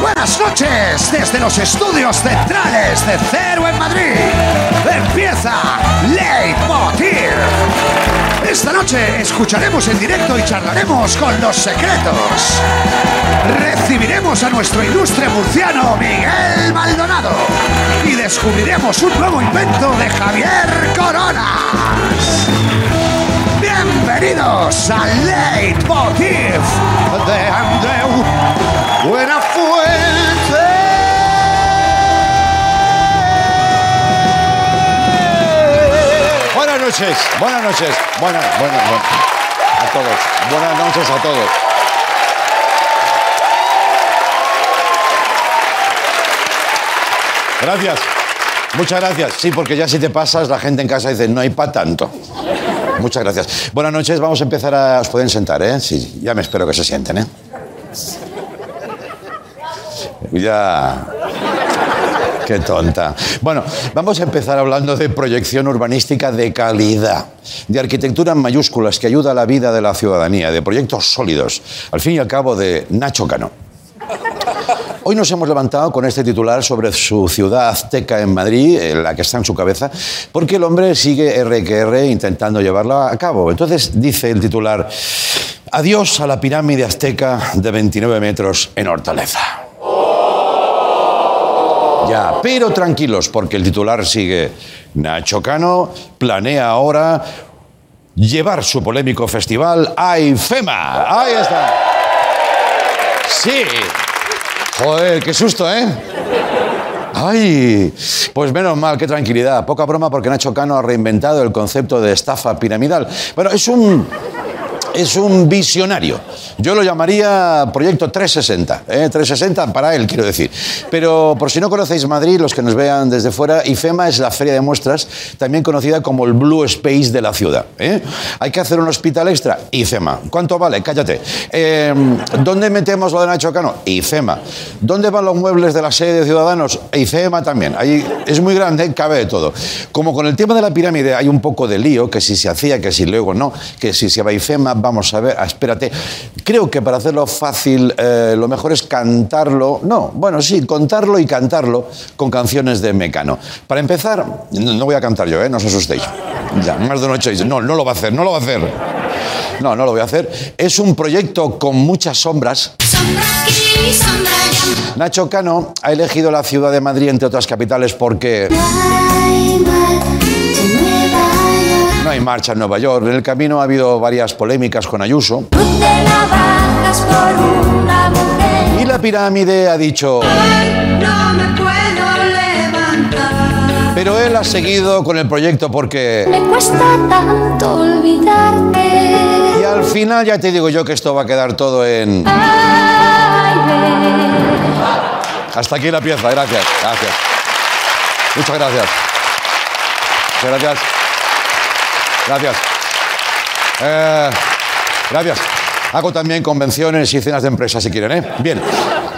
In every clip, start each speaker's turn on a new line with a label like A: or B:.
A: Buenas noches desde los estudios centrales de Cero en Madrid. Empieza Leitmotiv. Esta noche escucharemos en directo y charlaremos con los secretos. Recibiremos a nuestro ilustre murciano Miguel Maldonado y descubriremos un nuevo invento de Javier Coronas. Bienvenidos a Leitmotiv de Andreu Buena
B: Buenas noches, buenas noches, buenas, buenas, buenas a todos, buenas noches a todos. Gracias, muchas gracias. Sí, porque ya si te pasas, la gente en casa dice, no hay pa' tanto. Muchas gracias. Buenas noches, vamos a empezar a... Os pueden sentar, ¿eh? Sí, ya me espero que se sienten, ¿eh? Ya... Qué tonta. Bueno, vamos a empezar hablando de proyección urbanística de calidad, de arquitectura en mayúsculas que ayuda a la vida de la ciudadanía, de proyectos sólidos, al fin y al cabo de Nacho Cano. Hoy nos hemos levantado con este titular sobre su ciudad azteca en Madrid, eh, la que está en su cabeza, porque el hombre sigue RQR intentando llevarla a cabo. Entonces dice el titular, adiós a la pirámide azteca de 29 metros en Hortaleza. Ya, pero tranquilos, porque el titular sigue. Nacho Cano planea ahora llevar su polémico festival a IFEMA. Ahí está. Sí. Joder, qué susto, ¿eh? Ay, pues menos mal, qué tranquilidad. Poca broma porque Nacho Cano ha reinventado el concepto de estafa piramidal. Bueno, es un es un visionario. Yo lo llamaría Proyecto 360. ¿eh? 360 para él, quiero decir. Pero por si no conocéis Madrid, los que nos vean desde fuera, IFEMA es la feria de muestras, también conocida como el Blue Space de la ciudad. ¿eh? Hay que hacer un hospital extra, IFEMA. ¿Cuánto vale? Cállate. Eh, ¿Dónde metemos lo de Nacho Cano? IFEMA. ¿Dónde van los muebles de la sede de Ciudadanos? IFEMA también. Ahí es muy grande, cabe de todo. Como con el tema de la pirámide hay un poco de lío, que si se hacía, que si luego no, que si se va IFEMA, vamos a ver, ah, espérate. Creo que para hacerlo fácil, eh, lo mejor es cantarlo. No, bueno, sí, contarlo y cantarlo con canciones de Mecano. Para empezar, no, no voy a cantar yo, ¿eh? no os asustéis. Ya, más de una noche dice, no, no lo va a hacer, no lo va a hacer. No, no lo voy a hacer. Es un proyecto con muchas sombras.
C: Sombra aquí, sombra allá.
B: Nacho Cano ha elegido la ciudad de Madrid, entre otras capitales, porque...
C: Ay, mal, que me vaya.
B: No hay marcha en Nueva York. En el camino ha habido varias polémicas con Ayuso.
C: Tú te la bajas por una mujer.
B: Y la pirámide ha dicho...
C: No me puedo levantar.
B: Pero él ha seguido con el proyecto porque...
C: Me cuesta tanto olvidarte.
B: Y al final ya te digo yo que esto va a quedar todo en...
C: Ay, ve.
B: Hasta aquí la pieza, gracias, gracias. Muchas gracias. Muchas gracias. Gracias. Eh, gracias. Hago también convenciones y cenas de empresa si quieren, ¿eh? Bien.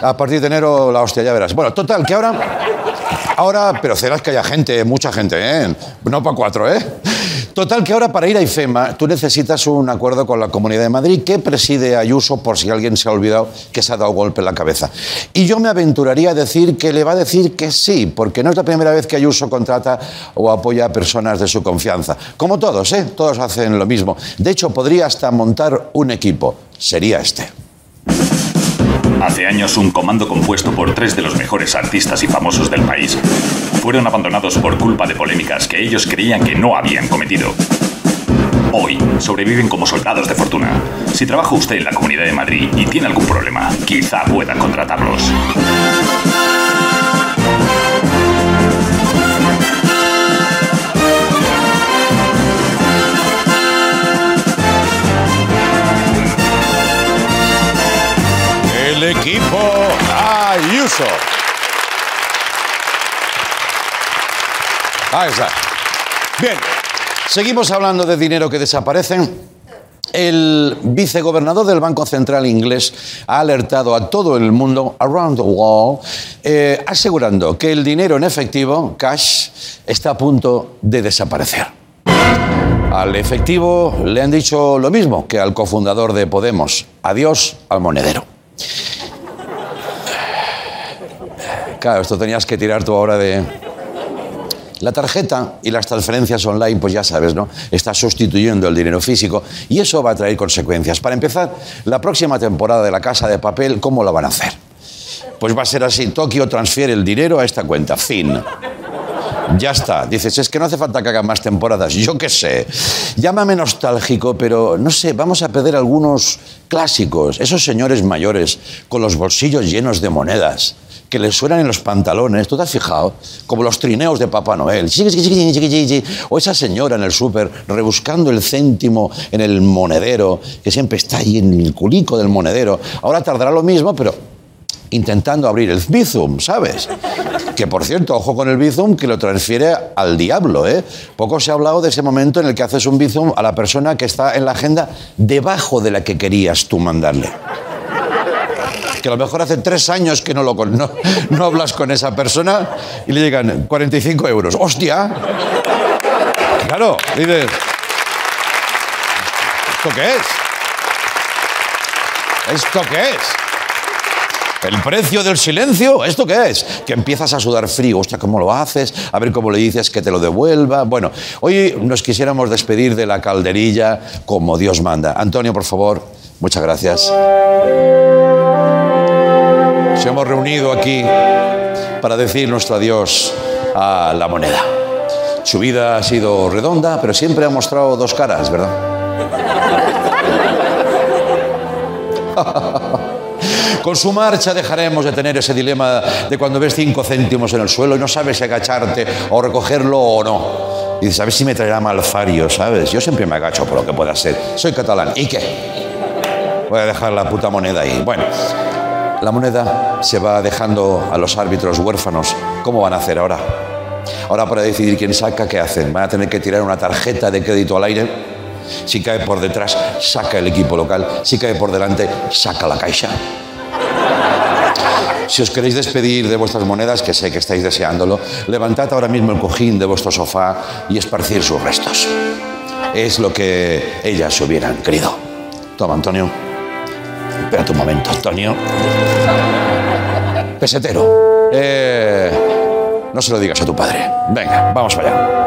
B: A partir de enero la hostia ya verás. Bueno, total, que ahora... Ahora, pero serás que haya gente, mucha gente, ¿eh? No para cuatro, ¿eh? Total, que ahora para ir a IFEMA tú necesitas un acuerdo con la Comunidad de Madrid que preside Ayuso por si alguien se ha olvidado que se ha dado golpe en la cabeza. Y yo me aventuraría a decir que le va a decir que sí, porque no es la primera vez que Ayuso contrata o apoya a personas de su confianza. Como todos, ¿eh? Todos hacen lo mismo. De hecho, podría hasta montar un equipo. Sería este.
D: Hace años un comando compuesto por tres de los mejores artistas y famosos del país fueron abandonados por culpa de polémicas que ellos creían que no habían cometido. Hoy sobreviven como soldados de fortuna. Si trabaja usted en la Comunidad de Madrid y tiene algún problema, quizá pueda contratarlos.
B: El equipo Ayuso. Ahí está. Bien, seguimos hablando de dinero que desaparece. El vicegobernador del Banco Central inglés ha alertado a todo el mundo, around the world, eh, asegurando que el dinero en efectivo, cash, está a punto de desaparecer. Al efectivo le han dicho lo mismo que al cofundador de Podemos. Adiós al monedero. Claro, esto tenías que tirar tú ahora de... La tarjeta y las transferencias online, pues ya sabes, ¿no? Está sustituyendo el dinero físico y eso va a traer consecuencias. Para empezar, la próxima temporada de la Casa de Papel, ¿cómo la van a hacer? Pues va a ser así, Tokio transfiere el dinero a esta cuenta, fin. Ya está. Dices, es que no hace falta que hagan más temporadas. Yo qué sé. Llámame nostálgico, pero no sé, vamos a perder algunos clásicos. Esos señores mayores con los bolsillos llenos de monedas que les suenan en los pantalones, ¿tú te has fijado? Como los trineos de Papá Noel. Chiqui, chiqui, chiqui, chiqui, chiqui, chiqui. O esa señora en el súper rebuscando el céntimo en el monedero, que siempre está ahí en el culico del monedero. Ahora tardará lo mismo, pero intentando abrir el Bizum, ¿sabes? Que por cierto, ojo con el Bizum que lo transfiere al diablo, ¿eh? Poco se ha hablado de ese momento en el que haces un Bizum a la persona que está en la agenda debajo de la que querías tú mandarle. Que a lo mejor hace tres años que no, lo, con- no, no hablas con esa persona y le llegan 45 euros. ¡Hostia! Claro, dices. ¿Esto qué es? ¿Esto qué es? ¿El precio del silencio? ¿Esto qué es? Que empiezas a sudar frío. Hostia, ¿cómo lo haces? A ver cómo le dices que te lo devuelva. Bueno, hoy nos quisiéramos despedir de la calderilla como Dios manda. Antonio, por favor, muchas gracias. Nos hemos reunido aquí para decir nuestro adiós a la moneda. Su vida ha sido redonda, pero siempre ha mostrado dos caras, ¿verdad? Con su marcha dejaremos de tener ese dilema de cuando ves cinco céntimos en el suelo y no sabes si agacharte o recogerlo o no. Y dices, a ver si me traerá malfario, ¿sabes? Yo siempre me agacho por lo que pueda ser. Soy catalán. ¿Y qué? Voy a dejar la puta moneda ahí. Bueno, la moneda se va dejando a los árbitros huérfanos. ¿Cómo van a hacer ahora? Ahora para decidir quién saca, ¿qué hacen? ¿Van a tener que tirar una tarjeta de crédito al aire? Si cae por detrás, saca el equipo local. Si cae por delante, saca la caixa. Si os queréis despedir de vuestras monedas, que sé que estáis deseándolo, levantad ahora mismo el cojín de vuestro sofá y esparcir sus restos. Es lo que ellas hubieran querido. Toma, Antonio. Espera un momento, Antonio. Pesetero. eh, no se lo digas a tu padre. Venga, vamos para allá.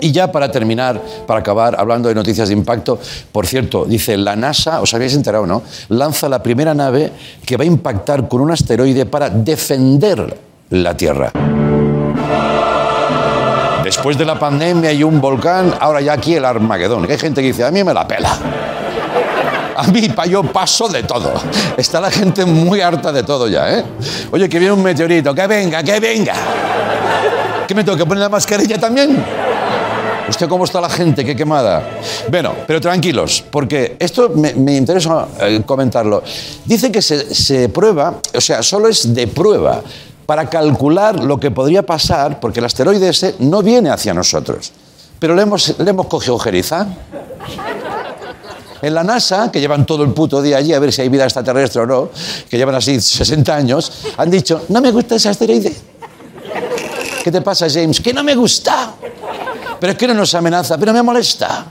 B: Y ya para terminar, para acabar, hablando de noticias de impacto, por cierto, dice la NASA, os habéis enterado, ¿no? Lanza la primera nave que va a impactar con un asteroide para defender la Tierra. Después de la pandemia y un volcán, ahora ya aquí el Armagedón. Que hay gente que dice, a mí me la pela. A mí, pa, yo paso de todo. Está la gente muy harta de todo ya, ¿eh? Oye, que viene un meteorito, que venga, que venga. ¿Qué me tengo que poner la mascarilla también? ¿Usted cómo está la gente? ¡Qué quemada! Bueno, pero tranquilos, porque esto me, me interesa eh, comentarlo. Dice que se, se prueba, o sea, solo es de prueba, para calcular lo que podría pasar, porque el asteroide ese no viene hacia nosotros. Pero le hemos, le hemos cogido jeriza. En la NASA, que llevan todo el puto día allí a ver si hay vida extraterrestre o no, que llevan así 60 años, han dicho, no me gusta ese asteroide. ¿Qué te pasa, James? Que no me gusta. Pero es que no nos amenaza, pero me molesta.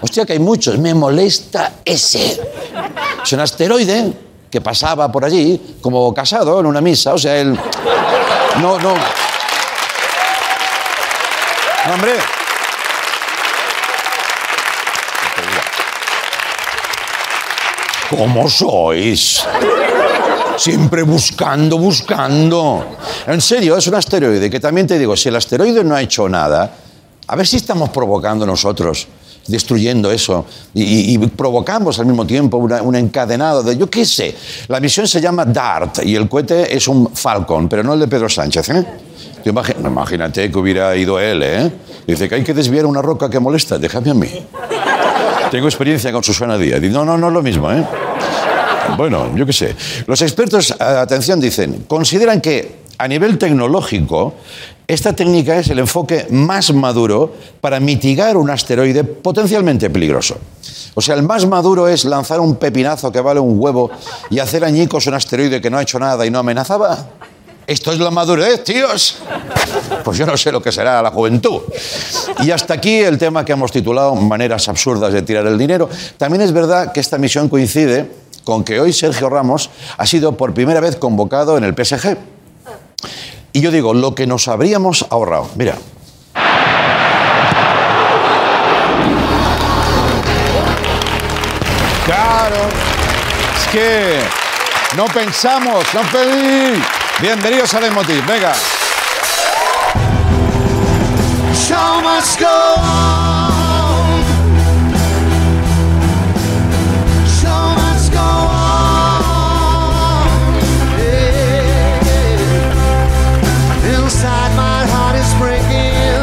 B: Hostia, que hay muchos. Me molesta ese. Es un asteroide que pasaba por allí como casado en una misa. O sea, él... No, no. No, hombre. ¿Cómo sois? Siempre buscando, buscando. En serio, es un asteroide, que también te digo, si el asteroide no ha hecho nada, a ver si estamos provocando nosotros, destruyendo eso, y- y, y provocamos al mismo tiempo una- un encadenado de, yo qué sé, la misión se llama DART y el cohete es un Falcon, pero no el de Pedro Sánchez. ¿eh? Tú imagi- imagínate que hubiera ido él, ¿eh? Dice que hay que desviar una roca que molesta, déjame a mí. Tengo experiencia con Susana Díaz. Dice, No, no, no es lo mismo, ¿eh? Bueno, yo qué sé. Los expertos, a- atención, dicen, consideran que a nivel tecnológico, esta técnica es el enfoque más maduro para mitigar un asteroide potencialmente peligroso. O sea, el más maduro es lanzar un pepinazo que vale un huevo y hacer añicos un asteroide que no ha hecho nada y no amenazaba. Esto es la madurez, tíos. Pues yo no sé lo que será la juventud. Y hasta aquí el tema que hemos titulado Maneras absurdas de tirar el dinero. También es verdad que esta misión coincide con que hoy Sergio Ramos ha sido por primera vez convocado en el PSG. Y yo digo, lo que nos habríamos ahorrado. Mira. Claro. Es que no pensamos, no pedí. Bienvenidos a Leitmotiv. Venga.
A: Show must go on. Show must go on. Yeah. Inside my heart is breaking.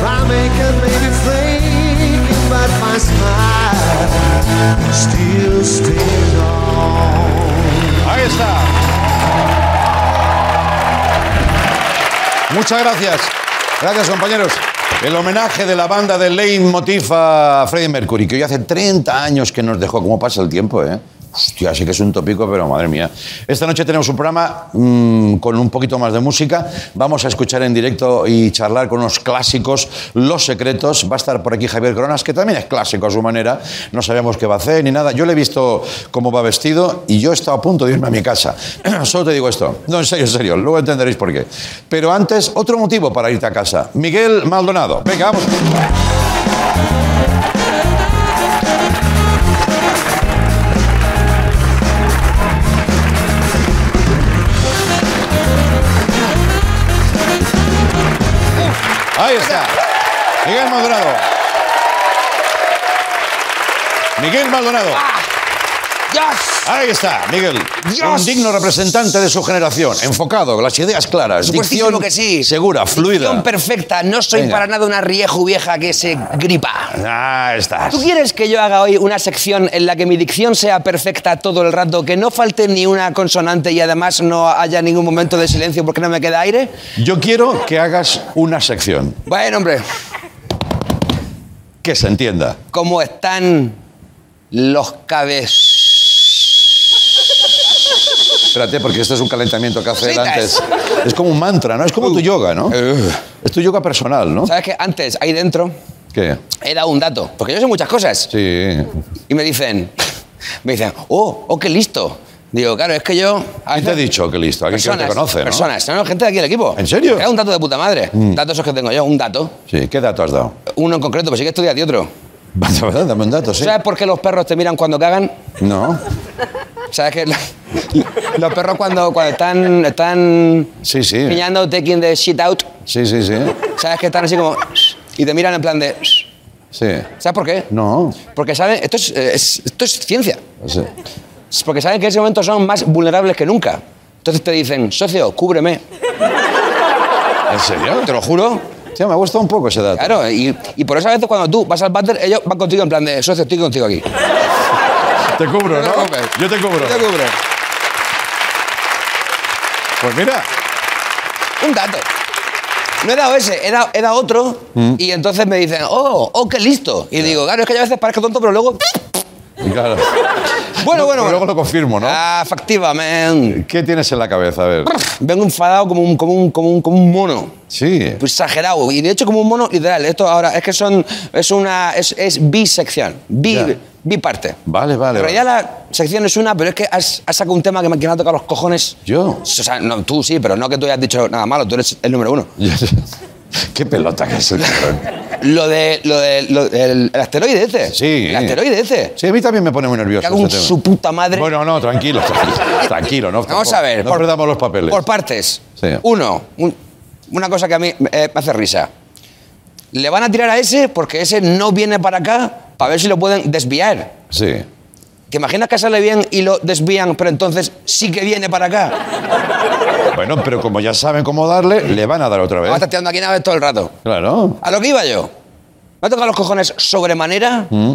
A: I make a lady think, but my smile still stays on.
B: Ahí está. Muchas gracias. Gracias, compañeros. El homenaje de la banda de Leitmotiv a Freddie Mercury, que hoy hace 30 años que nos dejó. ¿Cómo pasa el tiempo, eh? Hostia, sí que es un tópico, pero madre mía. Esta noche tenemos un programa mm, con un poquito más de música. Vamos a escuchar en directo y charlar con unos clásicos, Los Secretos. Va a estar por aquí Javier Cronas, que también es clásico a su manera. No sabemos qué va a hacer ni nada. Yo le he visto cómo va vestido y yo he estado a punto de irme a mi casa. Solo te digo esto. No, en serio, en serio. Luego entenderéis por qué. Pero antes, otro motivo para irte a casa. Miguel Maldonado. Venga, vamos. Ahí está. Miguel Maldonado. Miguel Maldonado. Ahí está, Miguel. Un digno representante de su generación. Enfocado, las ideas claras.
E: Supuestísimo
B: Dicción
E: que sí.
B: segura, fluida.
E: Guión perfecta, no soy
B: Venga.
E: para nada una riejo vieja que se gripa.
B: Ah, estás.
E: ¿Tú quieres que yo haga hoy una sección en la que mi dicción sea perfecta todo el rato, que no falte ni una consonante y además no haya ningún momento de silencio porque no me queda aire?
B: Yo quiero que hagas una sección
E: Bueno, hombre,
B: que se entienda.
E: ¿cómo están los cabezas?
B: Espérate, porque esto es un calentamiento que hace él
E: Cositas. Uh. Eh.
B: antes. Es como un mantra, ¿no? Es como tu yoga, ¿no? Es tu yoga personal, ¿no?
E: ¿Sabes qué? Antes, ahí dentro,
B: ¿Qué?
E: he dado un dato, porque yo sé muchas cosas.
B: Sí.
E: Y me dicen, me dicen, oh, oh, qué listo. Digo, claro, es que yo... a
B: ¿Quién te ha
E: veces-
B: dicho que listo? Alguien que no te conoce, ¿no?
E: Ah, Personas, no, no, gente de aquí del equipo.
B: ¿En serio? Mm.
E: Era un dato de puta madre. Datos esos que tengo yo, un dato.
B: Sí, ¿qué dato has dado?
E: Uno en concreto, pues sí que estudias de otro.
B: Dame un dato, sí.
E: ¿Sabes por qué los perros te miran cuando cagan?
B: No.
E: ¿Sabes que lo- los perros cuando, cuando están, están
B: Sí, sí.
E: piñando, taking the shit out,
B: Sí, sí, sí.
E: ¿sabes que están así como... Y te miran en plan de...
B: Sí.
E: ¿Sabes por qué?
B: No.
E: Porque saben... Esto es, eh, es- esto es ciencia.
B: Sí.
E: Es Porque saben que en ese momento son más vulnerables que nunca. Entonces te dicen, socio, cúbreme.
B: ¿En serio?
E: Te lo juro.
B: Sí, me ha gustado un poco ese dato.
E: Claro, y, y por eso a veces cuando tú vas al váter, ellos van contigo en plan de, socio, estoy contigo aquí.
B: Te cubro,
E: No te preocupes.
B: Yo te cubro.
E: Yo te cubro.
B: Pues mira.
E: Un dato. No he dado ese, he dado, he dado otro
B: Mm.
E: y entonces me dicen, oh, oh, qué listo. Y digo, claro, es que yo a veces parezco tonto, pero luego...
B: Claro.
E: Bueno,
B: Pero
E: bueno, bueno.
B: luego lo confirmo, ¿no?
E: Ah, factivamente.
B: ¿Qué tienes en la cabeza? A ver.
E: Vengo enfadado como un, como un, como un, como un mono.
B: Sí.
E: Pues exagerado. Y de hecho como un mono literal. Esto ahora es que son... Es una... Es, es bisección. Bi,
B: Ya.
E: biparte.
B: Vale, vale.
E: Pero
B: vale.
E: ya la sección es una, pero es que has, has sacado un tema que me, que me ha tocado los cojones.
B: ¿Yo?
E: O sea, no, tú sí, pero no que tú hayas dicho nada malo, tú eres el número uno.
B: Qué pelota que es el cabrón.
E: Lo de. Lo de lo- el, el asteroide ese.
B: Sí.
E: El asteroide ese.
B: Sí, a mí también me pone muy nervioso.
E: Que hago un
B: este tema.
E: su puta madre.
B: Bueno, no, tranquilo. Tranquilo, no.
E: Vamos a ver.
B: No perdamos los papeles.
E: Por partes.
B: Sí.
E: Uno, un- una cosa que a mí eh, me hace risa. Le van a tirar a ese porque ese no viene para acá para ver si lo pueden desviar.
B: Sí.
E: ¿Te imaginas que sale bien y lo desvían, pero entonces sí que viene para acá?
B: Bueno, pero como ya saben cómo darle, le van a dar otra
E: Vamos a
B: vez.
E: estar tirando aquí naves todo el rato.
B: Claro.
E: A lo que iba yo. Me ha tocado los cojones sobremanera.
B: Mm.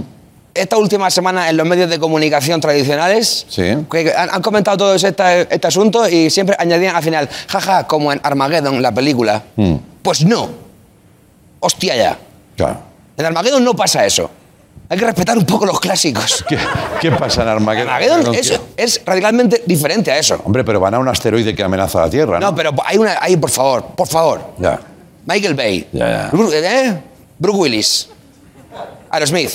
E: Esta última semana en los medios de comunicación tradicionales
B: Sí.
E: que han, han comentado todo ese- esta- este, asunto y siempre añadían al final, jaja, como en Armageddon, la película.
B: Mm.
E: Pues no. Hostia ya.
B: Claro.
E: En Armageddon no pasa eso. Hay que respetar un poco los clásicos.
B: ¿Qué, qué pasa en Armageddon?
E: Armageddon es,
B: quiero-
E: es radicalmente diferente a eso.
B: Hombre, pero van a un asteroide que amenaza la Tierra, ¿no?
E: No, pero hay una... Ahí, por favor, por favor.
B: Ya.
E: Michael Bay.
B: Ya, ya.
E: Bru- ¿eh? Brooke Willis. Aerosmith.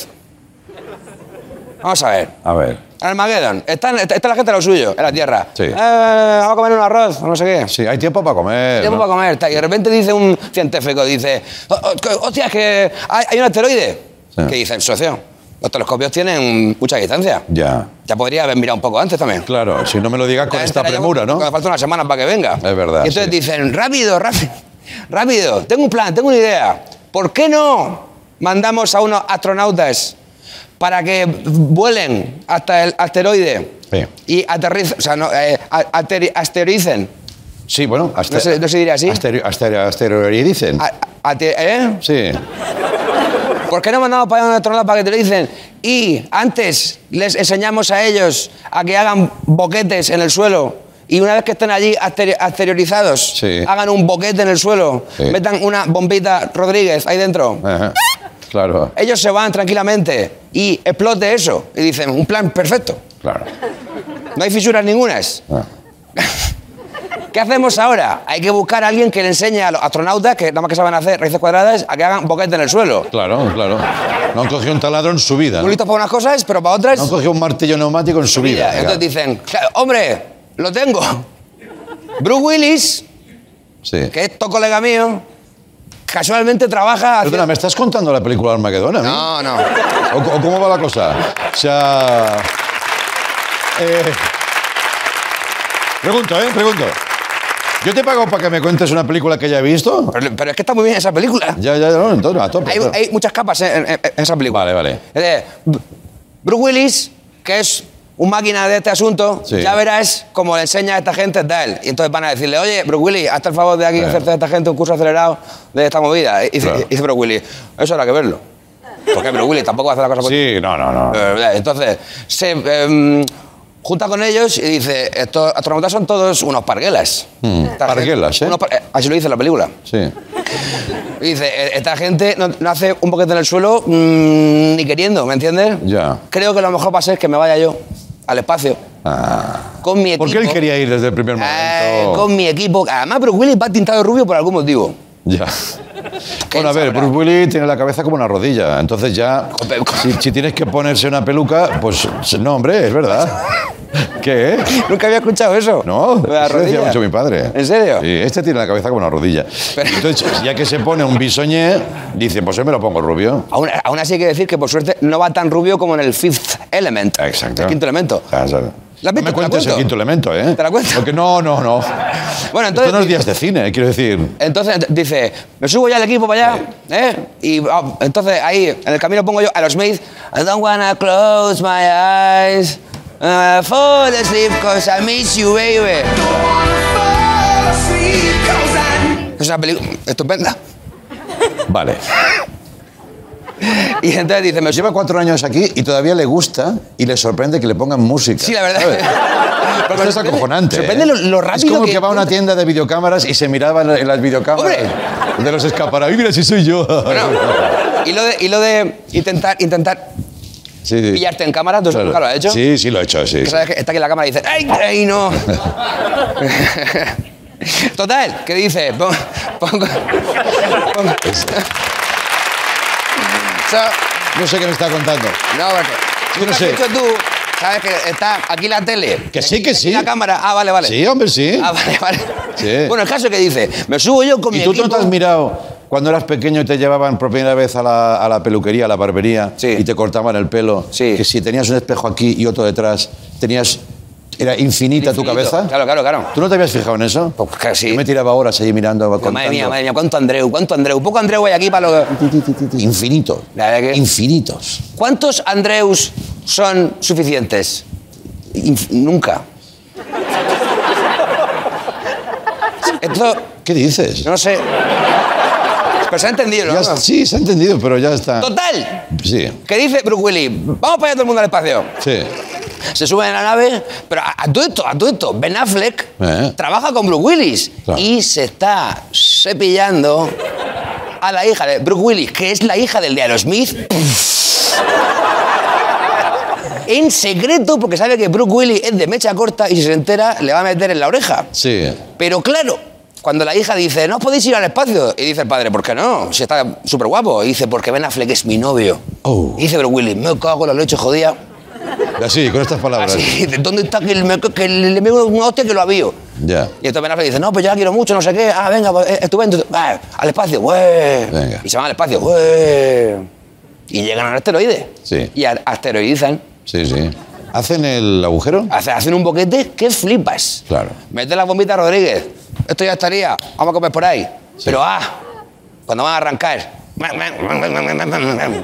E: Vamos a ver.
B: A ver.
E: Armageddon. Está, está la gente a lo suyo, en la tierra.
B: Sí.
E: Eh, vamos a comer un arroz, o no sé qué.
B: Sí, hay tiempo para comer.
E: Tiempo
B: ¿no?
E: para comer. tal. Y de repente dice un científico, dice, "Oh, "O- o- hostia, es que hay, hay un asteroide.
B: Sí.
E: Que dice, socio, los telescopios tienen mucha distancia.
B: Ya.
E: Ya podría haber mirado un poco antes también.
B: Claro, si no me lo digas con
E: Ya
B: esta
E: entra ya
B: premura,
E: con-
B: ¿no?
E: con- Falta una semana para que venga.
B: Es verdad,
E: Y entonces
B: sí.
E: dicen, rápido, rápido, rápido, tengo un plan, tengo una idea. ¿Por qué no mandamos a unos astronautas para que vuelen hasta el asteroide
B: Sí.
E: y aterricen, o sea, no, eh, a- ateri- astericen?
B: Sí, bueno. aster-
E: No se- no se diría así. Ah.
B: Aster, aster- asteroidicen.
E: A- ate- ¿eh?
B: Sí.
E: ¿Por qué no mandamos para allá un astronauta para que te lo dicen? Y antes les enseñamos a ellos a que hagan boquetes en el suelo. Y una vez que estén allí asteri- exteriorizados,
B: Sí.
E: hagan un boquete en el suelo,
B: Sí.
E: metan una bombita Rodríguez ahí dentro.
B: Ajá. Claro,
E: Ellos se van tranquilamente y explote eso. Y dicen, un plan perfecto.
B: claro.
E: No hay fisuras ningunas.
B: Ah.
E: ¿Qué hacemos ahora? Hay que buscar a alguien que le enseñe a los astronautas, que nada más que saben hacer raíces cuadradas, a que hagan boquete en el suelo.
B: Claro, claro. No han cogido un taladro en su vida. ¿no?
E: Muy listos para unas cosas, pero para otras...
B: No han cogido un martillo neumático en su vida.
E: Entonces
B: claro.
E: dicen, "Claro, hombre, lo tengo. Bruce Willis,
B: Sí.
E: que es to colega mío, casualmente trabaja... haciendo-
B: Perdona, ¿me estás contando la película Armagedón a mí?
E: No, no.
B: ¿O, o cómo va la cosa? O sea... eh, pregunto, ¿eh? Pregunto. ¿Yo te pago para que me cuentes una película que ya he visto?
E: Pero, pero es que está muy bien esa película.
B: Ya, ya, no, entonces, a tope.
E: Hay,
B: claro.
E: hay muchas capas en, en- en esa película.
B: Vale, vale.
E: Es de, "B- Bruce Willis, que es un máquina de este asunto,
B: Sí.
E: ya verás cómo le enseña a esta gente tal. Y entonces van a decirle, oye, Bruce Willis, hazte el favor de aquí
B: Claro.
E: hacerte a esta gente un curso acelerado de esta movida. Y dice,
B: Claro.
E: dice Bruce Willis, eso habrá que verlo. Porque Bruce Willis tampoco hace la cosa por
B: Sí, no, no, no.
E: Pues- Eh, Entonces, se em, junta con ellos y dice, estos astronautas son todos unos parguelas. Esta gente-
B: parguelas, ¿eh?
E: unos par- eh, así lo dice la película.
B: Sí.
E: Y dice, "E- esta gente no, no hace un boquete en el suelo mm, ni queriendo, ¿me entiendes?
B: Ya.
E: Creo que lo mejor va a ser que me vaya yo al espacio
B: Ah.
E: con mi equipo.
B: Porque él quería ir desde el primer momento.
E: Eh, Este con mi equipo. Además, pero Willy va tintado de rubio por algún motivo.
B: Ya.
E: ¿Qué
B: Bueno, a ver,
E: sabrá?
B: Bruce Willis tiene la cabeza como una rodilla, entonces ya...
E: Joder, co-
B: Si, si tienes que ponerse una peluca, pues no, hombre, es verdad. ¿Qué?
E: Nunca había escuchado eso.
B: No,
E: Lo de la
B: eso decía
E: rodilla.
B: mucho mi padre.
E: ¿En serio?
B: Sí, este tiene la cabeza como una rodilla.
E: Pero-
B: Entonces, ya que se pone un bisoñé, dice, pues yo me lo pongo rubio.
E: Aún, aún así hay que decir que por suerte no va tan rubio como en el Fifth Element.
B: Exacto.
E: El quinto elemento.
B: Ah, exacto.
E: ¿La has
B: no me
E: visto? ¿Te la
B: cuentes el
E: cuento?
B: quinto elemento, ¿eh?
E: ¿Te la cuento?
B: Porque no, no, no.
E: Bueno,
B: Esto
E: entonces-
B: no es días de cine, quiero decir.
E: Entonces d- dice, me subo ya al equipo para allá, ¿eh? Y ah, entonces ahí, en el camino pongo yo a los Smith, I don't wanna close my eyes, uh, fall asleep cause I miss you, baby. Es una película estupenda.
B: Vale.
E: Y entonces dice, me subo...
B: Lleva cuatro años aquí y todavía le gusta y le sorprende que le pongan música.
E: Sí, la verdad.
B: ¿sabes?
E: Pero
B: Esto
E: me
B: es
E: sorprende-
B: acojonante.
E: sorprende
B: ¿eh?
E: lo- lo rápido
B: Es como
E: que-
B: que, va a una tienda de videocámaras y se miraba en la- en las videocámaras de los escaparados. ¡Mira, si soy yo!
E: Bueno, y lo de, y lo de intentar, intentar
B: Sí, sí.
E: pillarte en cámara, ¿tú nunca lo has hecho?
B: Sí, sí, lo he hecho, sí.
E: Que sabes que está aquí en la cámara y dice, ¡ay, ay, no! Total, ¿qué dice? Pon- Pongo. pongo- So-
B: No sé qué me está contando.
E: no, porque.
B: Yo no
E: ¿qué has
B: sé.
E: hecho tú? Sabes que está aquí la tele.
B: Que sí, que
E: Aquí
B: sí.
E: La cámara. Ah, vale, vale.
B: Sí, hombre, sí.
E: Ah, vale, vale.
B: Sí.
E: Bueno, el caso que dice, me subo yo con mi
B: ¿Y tú no
E: equipo.
B: te has mirado cuando eras pequeño y te llevaban por primera vez a la, a la peluquería, a la barbería,
E: Sí.
B: y te cortaban el pelo?
E: Sí.
B: Que si tenías un espejo aquí y otro detrás, tenías... ¿Era infinita tu
E: Infinito.
B: cabeza?
E: Claro, claro, claro.
B: ¿Tú no te habías fijado en eso?
E: Pues que sí.
B: Yo me tiraba horas allí mirando,
E: Madre mía,
B: contando.
E: madre mía, cuánto Andreu, cuánto Andreu. Poco Andreu hay aquí para lo que.
B: Infinitos.
E: La verdad que-
B: Infinitos.
E: ¿Cuántos Andreus son suficientes? Inf- nunca. Esto,
B: ¿Qué dices?
E: no sé. Pero se ha entendido,
B: Ya-
E: ¿no?
B: sí, se ha entendido, pero ya está.
E: Total,
B: Sí,
E: ¿qué dice Bruce Willis? Vamos para allá todo el mundo al espacio.
B: sí.
E: Se suben a la nave, pero a, a todo esto, a todo esto, Ben Affleck
B: Eh.
E: trabaja con Bruce Willis
B: Claro.
E: y se está cepillando a la hija de Bruce Willis, que es la hija del de Aerosmith. En secreto, porque sabe que Brooke Willis es de mecha corta y si se entera le va a meter en la oreja.
B: Sí.
E: Pero claro, cuando la hija dice, no os podéis ir al espacio, y dice el padre, ¿por qué no? Si está súper guapo. Y dice, porque Ben Affleck es mi novio.
B: Oh.
E: Y dice, pero Willy, me cago en la leche jodida.
B: Así, con estas palabras.
E: Así, ¿de ¿dónde está que, me- que le pego un hostia que lo avío?
B: Ya.
E: Y entonces Benafle dice, no, pues yo la quiero mucho, no sé qué. Ah, venga, pues, eh, estupendo. Va, al espacio, güey.
B: Venga.
E: Y se van al espacio, güey. Y llegan al asteroide.
B: Sí.
E: Y a- asteroidizan.
B: Sí, sí. ¿Hacen el agujero?
E: Hace- Hacen un boquete que flipas.
B: Claro.
E: Mete la bombita Rodríguez. Esto ya estaría. Vamos a comer por ahí. Pero ah, cuando van a arrancar.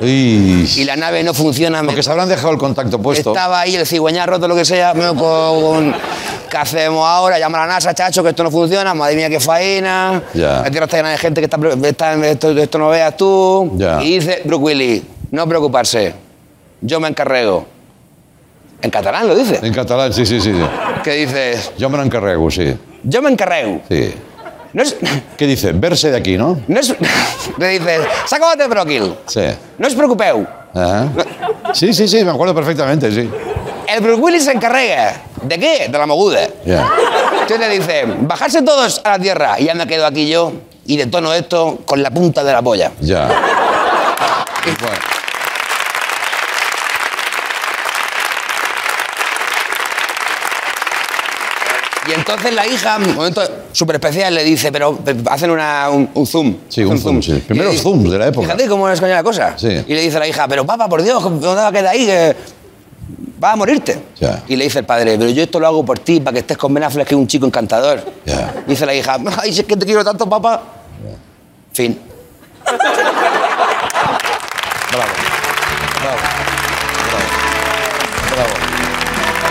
B: Y...
E: Y la nave no funciona. me-
B: Porque se habrán dejado el contacto puesto.
E: Estaba ahí el cigüeñal roto, lo que sea. me con- ¿Qué hacemos ahora? Llama a la NASA, chacho, que esto no funciona. Madre mía, qué faena.
B: Ya.
E: La Tierra está llena de gente que está... pre- está- esto, esto no veas tú.
B: Ya.
E: Y dice Brooke Willis, no preocuparse. Yo me encarrego. En catalán lo dice.
B: En catalán, sí, sí, sí. sí.
E: Que dices,
B: Yo me lo encarrego, sí.
E: yo me encarrego.
B: sí.
E: No es...
B: ¿Qué dice? Verse de aquí, ¿no?
E: No es... Le dices, saco de Broquil.
B: Sí.
E: No os preocupeu.
B: Ajá. Sí, sí, sí, me acuerdo perfectamente, sí.
E: El Brooke Willis se encarrega. ¿De qué? De la moguda.
B: Ya.
E: Entonces le dice, bajarse todos a la tierra. Y ya me quedo aquí yo y detono esto con la punta de la polla.
B: Ya. Bueno.
E: Y entonces la hija, un momento súper especial, le dice, pero pero hacen una, un, un zoom.
B: Sí, un zoom, sí. Primeros
E: Y-
B: zooms de la época.
E: Fíjate cómo es coño la cosa.
B: Sí.
E: Y le dice la hija, pero papá, por Dios, ¿cómo te va a quedar ahí? Que vas a morirte.
B: Ya.
E: Y le dice el padre, pero yo esto lo hago por ti, para que estés con Ben Affleck, que es un chico encantador.
B: Ya.
E: Dice la hija, ay, si es que te quiero tanto, papá. Fin.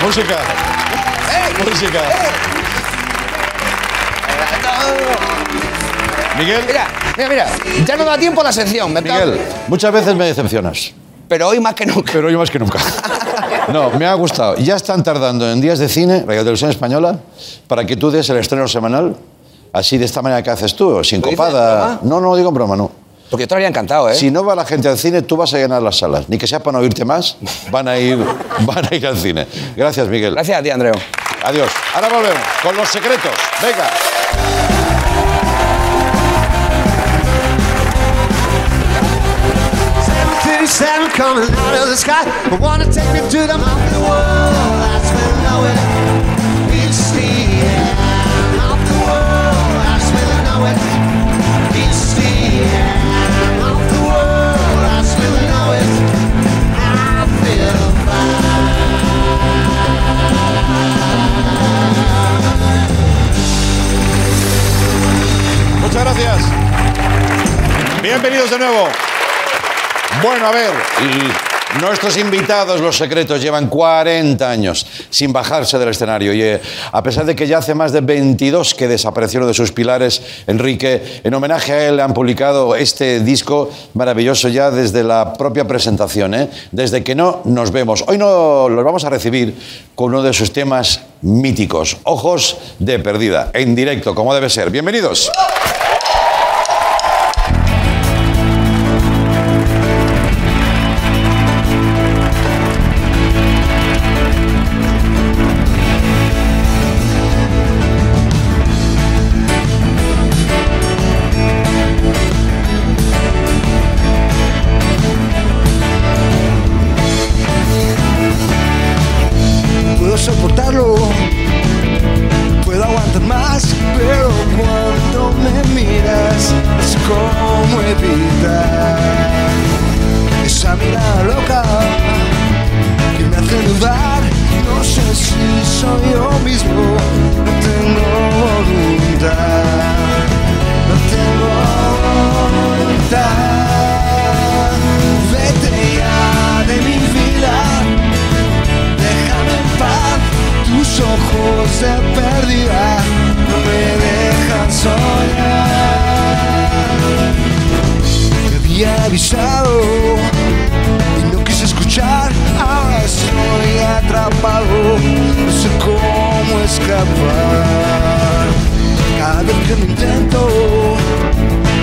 B: Música.
E: ¡Eh!
B: Música. Miguel.
E: Mira, mira, mira, ya no da tiempo a la sección, me acabo-
B: Miguel, muchas veces me decepcionas,
E: Pero hoy más que nunca.
B: pero yo más que nunca. No, me ha gustado. Ya están tardando en días de cine, Radio Televisión Española, para que tú des el estreno semanal, así de esta manera que haces tú, sin copada.
E: broma?
B: No, no, digo en broma, no.
E: Porque yo te lo habría encantado, ¿eh?
B: Si no va la gente al cine, tú vas a llenar las salas. Ni que sea para no oírte más, van a ir, van a ir al cine. Gracias, Miguel.
E: Gracias a ti, Andreu.
B: Adiós. Ahora volvemos con los secretos. Venga.
F: Seven coming out of the sky. I wanna take me to the mouth of the world. That's below it. It's the end of the world. That's below it. It's the end of the world. That's below it. I feel fine.
B: Muchas gracias. Bienvenidos de nuevo. Bueno, a ver, y nuestros invitados, los secretos, llevan 40 años sin bajarse del escenario. Y eh, a pesar de que ya hace más de 22 que desaparecieron de sus pilares, Enrique, en homenaje a él han publicado este disco maravilloso ya desde la propia presentación, ¿eh? desde que no nos vemos. Hoy no los vamos a recibir con uno de sus temas míticos, Ojos de Perdida, en directo, como debe ser. Bienvenidos.
F: Puedo soportarlo, puedo aguantar más, pero cuando me miras es como evitar esa mirada loca que me hace dudar. No sé si soy yo mismo, no tengo voluntad, no tengo voluntad. Vete ya de mi vida. Déjame en paz, tus ojos se perdida, no me dejan soñar. Te había avisado y no quise escuchar, ahora estoy atrapado, no sé cómo escapar. Cada vez que me intento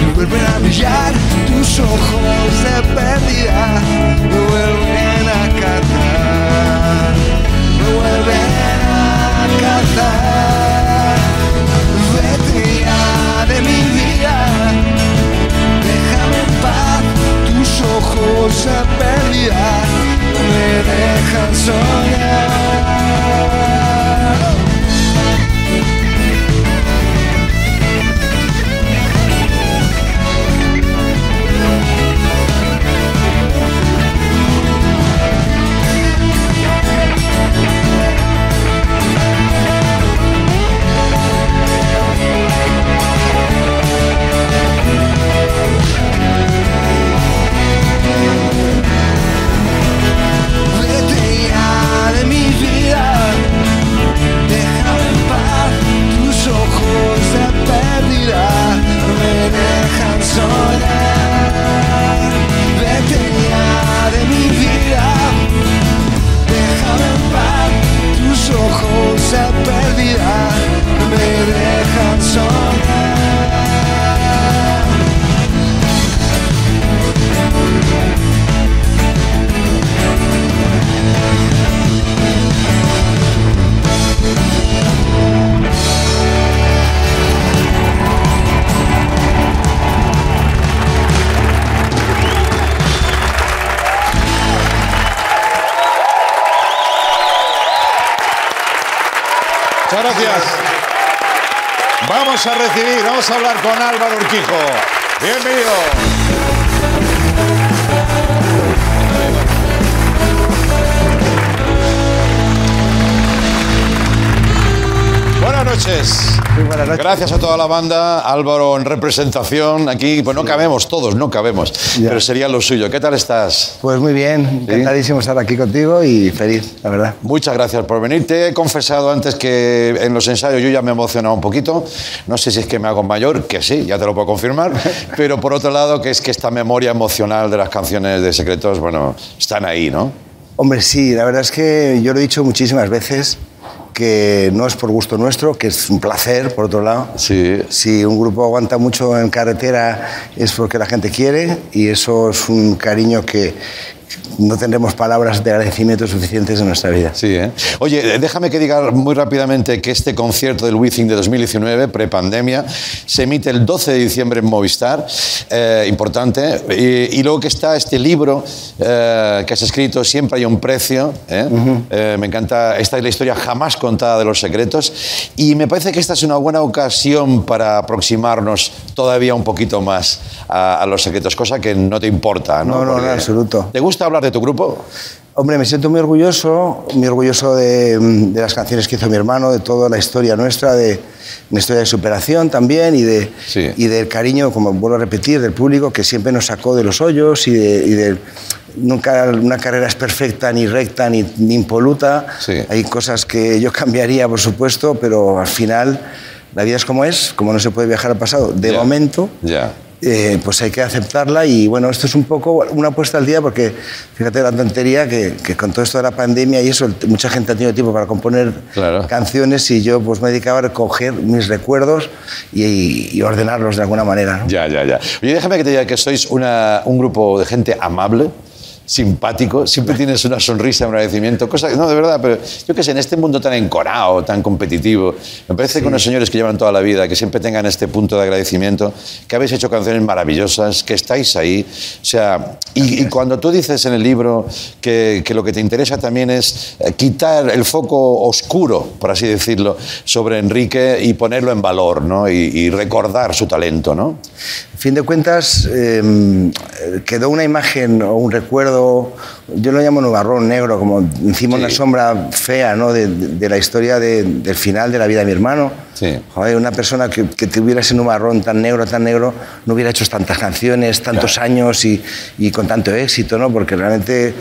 F: me vuelven a brillar, tus ojos de perdida me vuelven a cazar, me vuelven a cazar. Vete ya de mi vida, déjame en paz, tus ojos de perdida no me dejan soñar.
B: gracias. Vamos a recibir, vamos a hablar con Álvaro Urquijo. Bienvenido. Buenas noches.
G: buenas noches.
B: Gracias a toda la banda, Álvaro en representación aquí. Pues no cabemos todos, no cabemos,
G: Ya.
B: pero sería lo suyo. ¿Qué tal estás?
G: Pues muy bien, encantadísimo estar aquí contigo y feliz, la verdad.
B: Muchas gracias por venir. Te he confesado antes que en los ensayos yo ya me he emocionado un poquito. No sé si es que me hago mayor, que sí, ya te lo puedo confirmar. Pero por otro lado, que es que esta memoria emocional de las canciones de Secretos, bueno, están ahí, ¿no?
G: Hombre, sí, la verdad es que yo lo he dicho muchísimas veces que no es por gusto nuestro, que es un placer, por otro lado.
B: Sí.
G: Si un grupo aguanta mucho en carretera es porque la gente quiere y eso es un cariño que no tendremos palabras de agradecimiento suficientes en nuestra vida.
B: Sí, ¿eh? Oye, eh, déjame que diga muy rápidamente que este concierto del Wizzing de 2019, prepandemia, se emite el 12 de diciembre en Movistar, eh, importante, y, y luego que está este libro eh, que has escrito, Siempre hay un precio, ¿eh? Eh, me encanta, esta es la historia jamás contada de los secretos, y me parece que esta es una buena ocasión para aproximarnos todavía un poquito más a, a los secretos, cosa que no te importa, ¿no?
G: No, no, no,
B: Porque-
G: en absoluto.
B: ¿Te gusta hablar de tu grupo?
G: Hombre, me siento muy orgulloso, muy orgulloso de, mm, de las canciones que hizo mi hermano, de toda la historia nuestra, de una historia de superación también y, de,
B: Sí.
G: y del cariño, como vuelvo a repetir, del público que siempre nos sacó de los hoyos y de... y del- Nunca una carrera es perfecta, ni recta, ni, ni impoluta.
B: Sí.
G: Hay cosas que yo cambiaría, por supuesto, pero al final la vida es como es, como no se puede viajar al pasado. De
B: Ya.
G: momento,
B: Ya.
G: eh, pues hay que aceptarla y bueno, esto es un poco una puesta al día porque fíjate la tontería que, que con todo esto de la pandemia y eso, el- mucha gente ha tenido tiempo para componer
B: Claro.
G: canciones y yo pues me dedicaba a recoger mis recuerdos y, y ordenarlos de alguna manera. ¿no?
B: Ya, ya, ya. Oye, déjame que te diga que sois una- un grupo de gente amable, simpático, siempre tienes una sonrisa, un agradecimiento, cosa que no, de verdad, pero yo qué sé, en este mundo tan encorado, tan competitivo, me parece que unos señores que llevan toda la vida, que siempre tengan este punto de agradecimiento, que habéis hecho canciones maravillosas, que estáis ahí, o sea, y, y cuando tú dices en el libro que, que lo que te interesa también es eh, quitar el foco oscuro, por así decirlo, sobre Enrique y ponerlo en valor, ¿no? Y- y recordar su talento, ¿no?
G: A fin de cuentas, eh, quedó una imagen o un recuerdo, yo lo llamo nubarrón negro, como encima
B: Sí.
G: una sombra fea ¿no? de, de- de la historia de- del final de la vida de mi hermano.
B: Sí.
G: Joder, una persona que, que tuviera ese nubarrón tan negro, tan negro, no hubiera hecho tantas canciones, tantos años y, y con tanto éxito, ¿no? porque realmente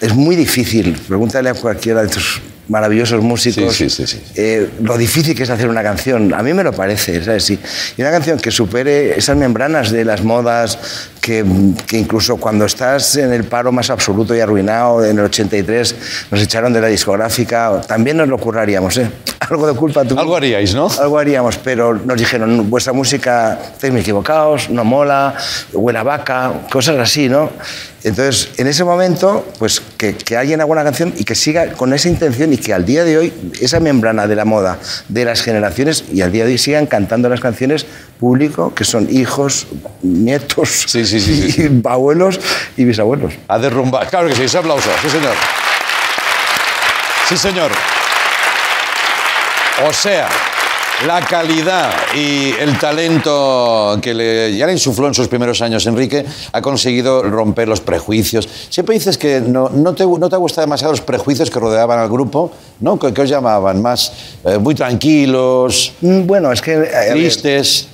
G: es muy difícil. Pregúntale a cualquiera de estos maravillosos músicos
B: Sí, sí, sí, sí.
G: eh, lo difícil que es hacer una canción. A mí me lo parece, ¿sabes? Y, y una canción que supere esas membranas de las modas, que, que incluso cuando estás en el paro más absoluto y arruinado, en el 83 nos echaron de la discográfica, también nos lo curraríamos, ¿eh? Algo de culpa tú.
B: Algo haríais, ¿no?
G: Algo haríamos, pero nos dijeron, vuestra música, estáis muy equivocados, no mola, huele a vaca, cosas así, ¿no? Entonces, en ese momento, pues que, que alguien haga una canción y que siga con esa intención y que al día de hoy, esa membrana de la moda, de las generaciones, y al día de hoy sigan cantando las canciones público, que son hijos, nietos,
B: Sí, sí, sí, sí,
G: y abuelos y bisabuelos.
B: A derrumbar. Claro que sí, ese aplauso. Sí, señor. Sí, señor. O sea, la calidad y el talento que le- ya le insufló en sus primeros años Enrique ha conseguido romper los prejuicios. Siempre dices que no, no te, no te gustan demasiado los prejuicios que rodeaban al grupo, ¿no? ¿Qué, qué os llamaban? Más eh, muy tranquilos,
G: Mm, Bueno, es que... eh, a ver,
B: tristes.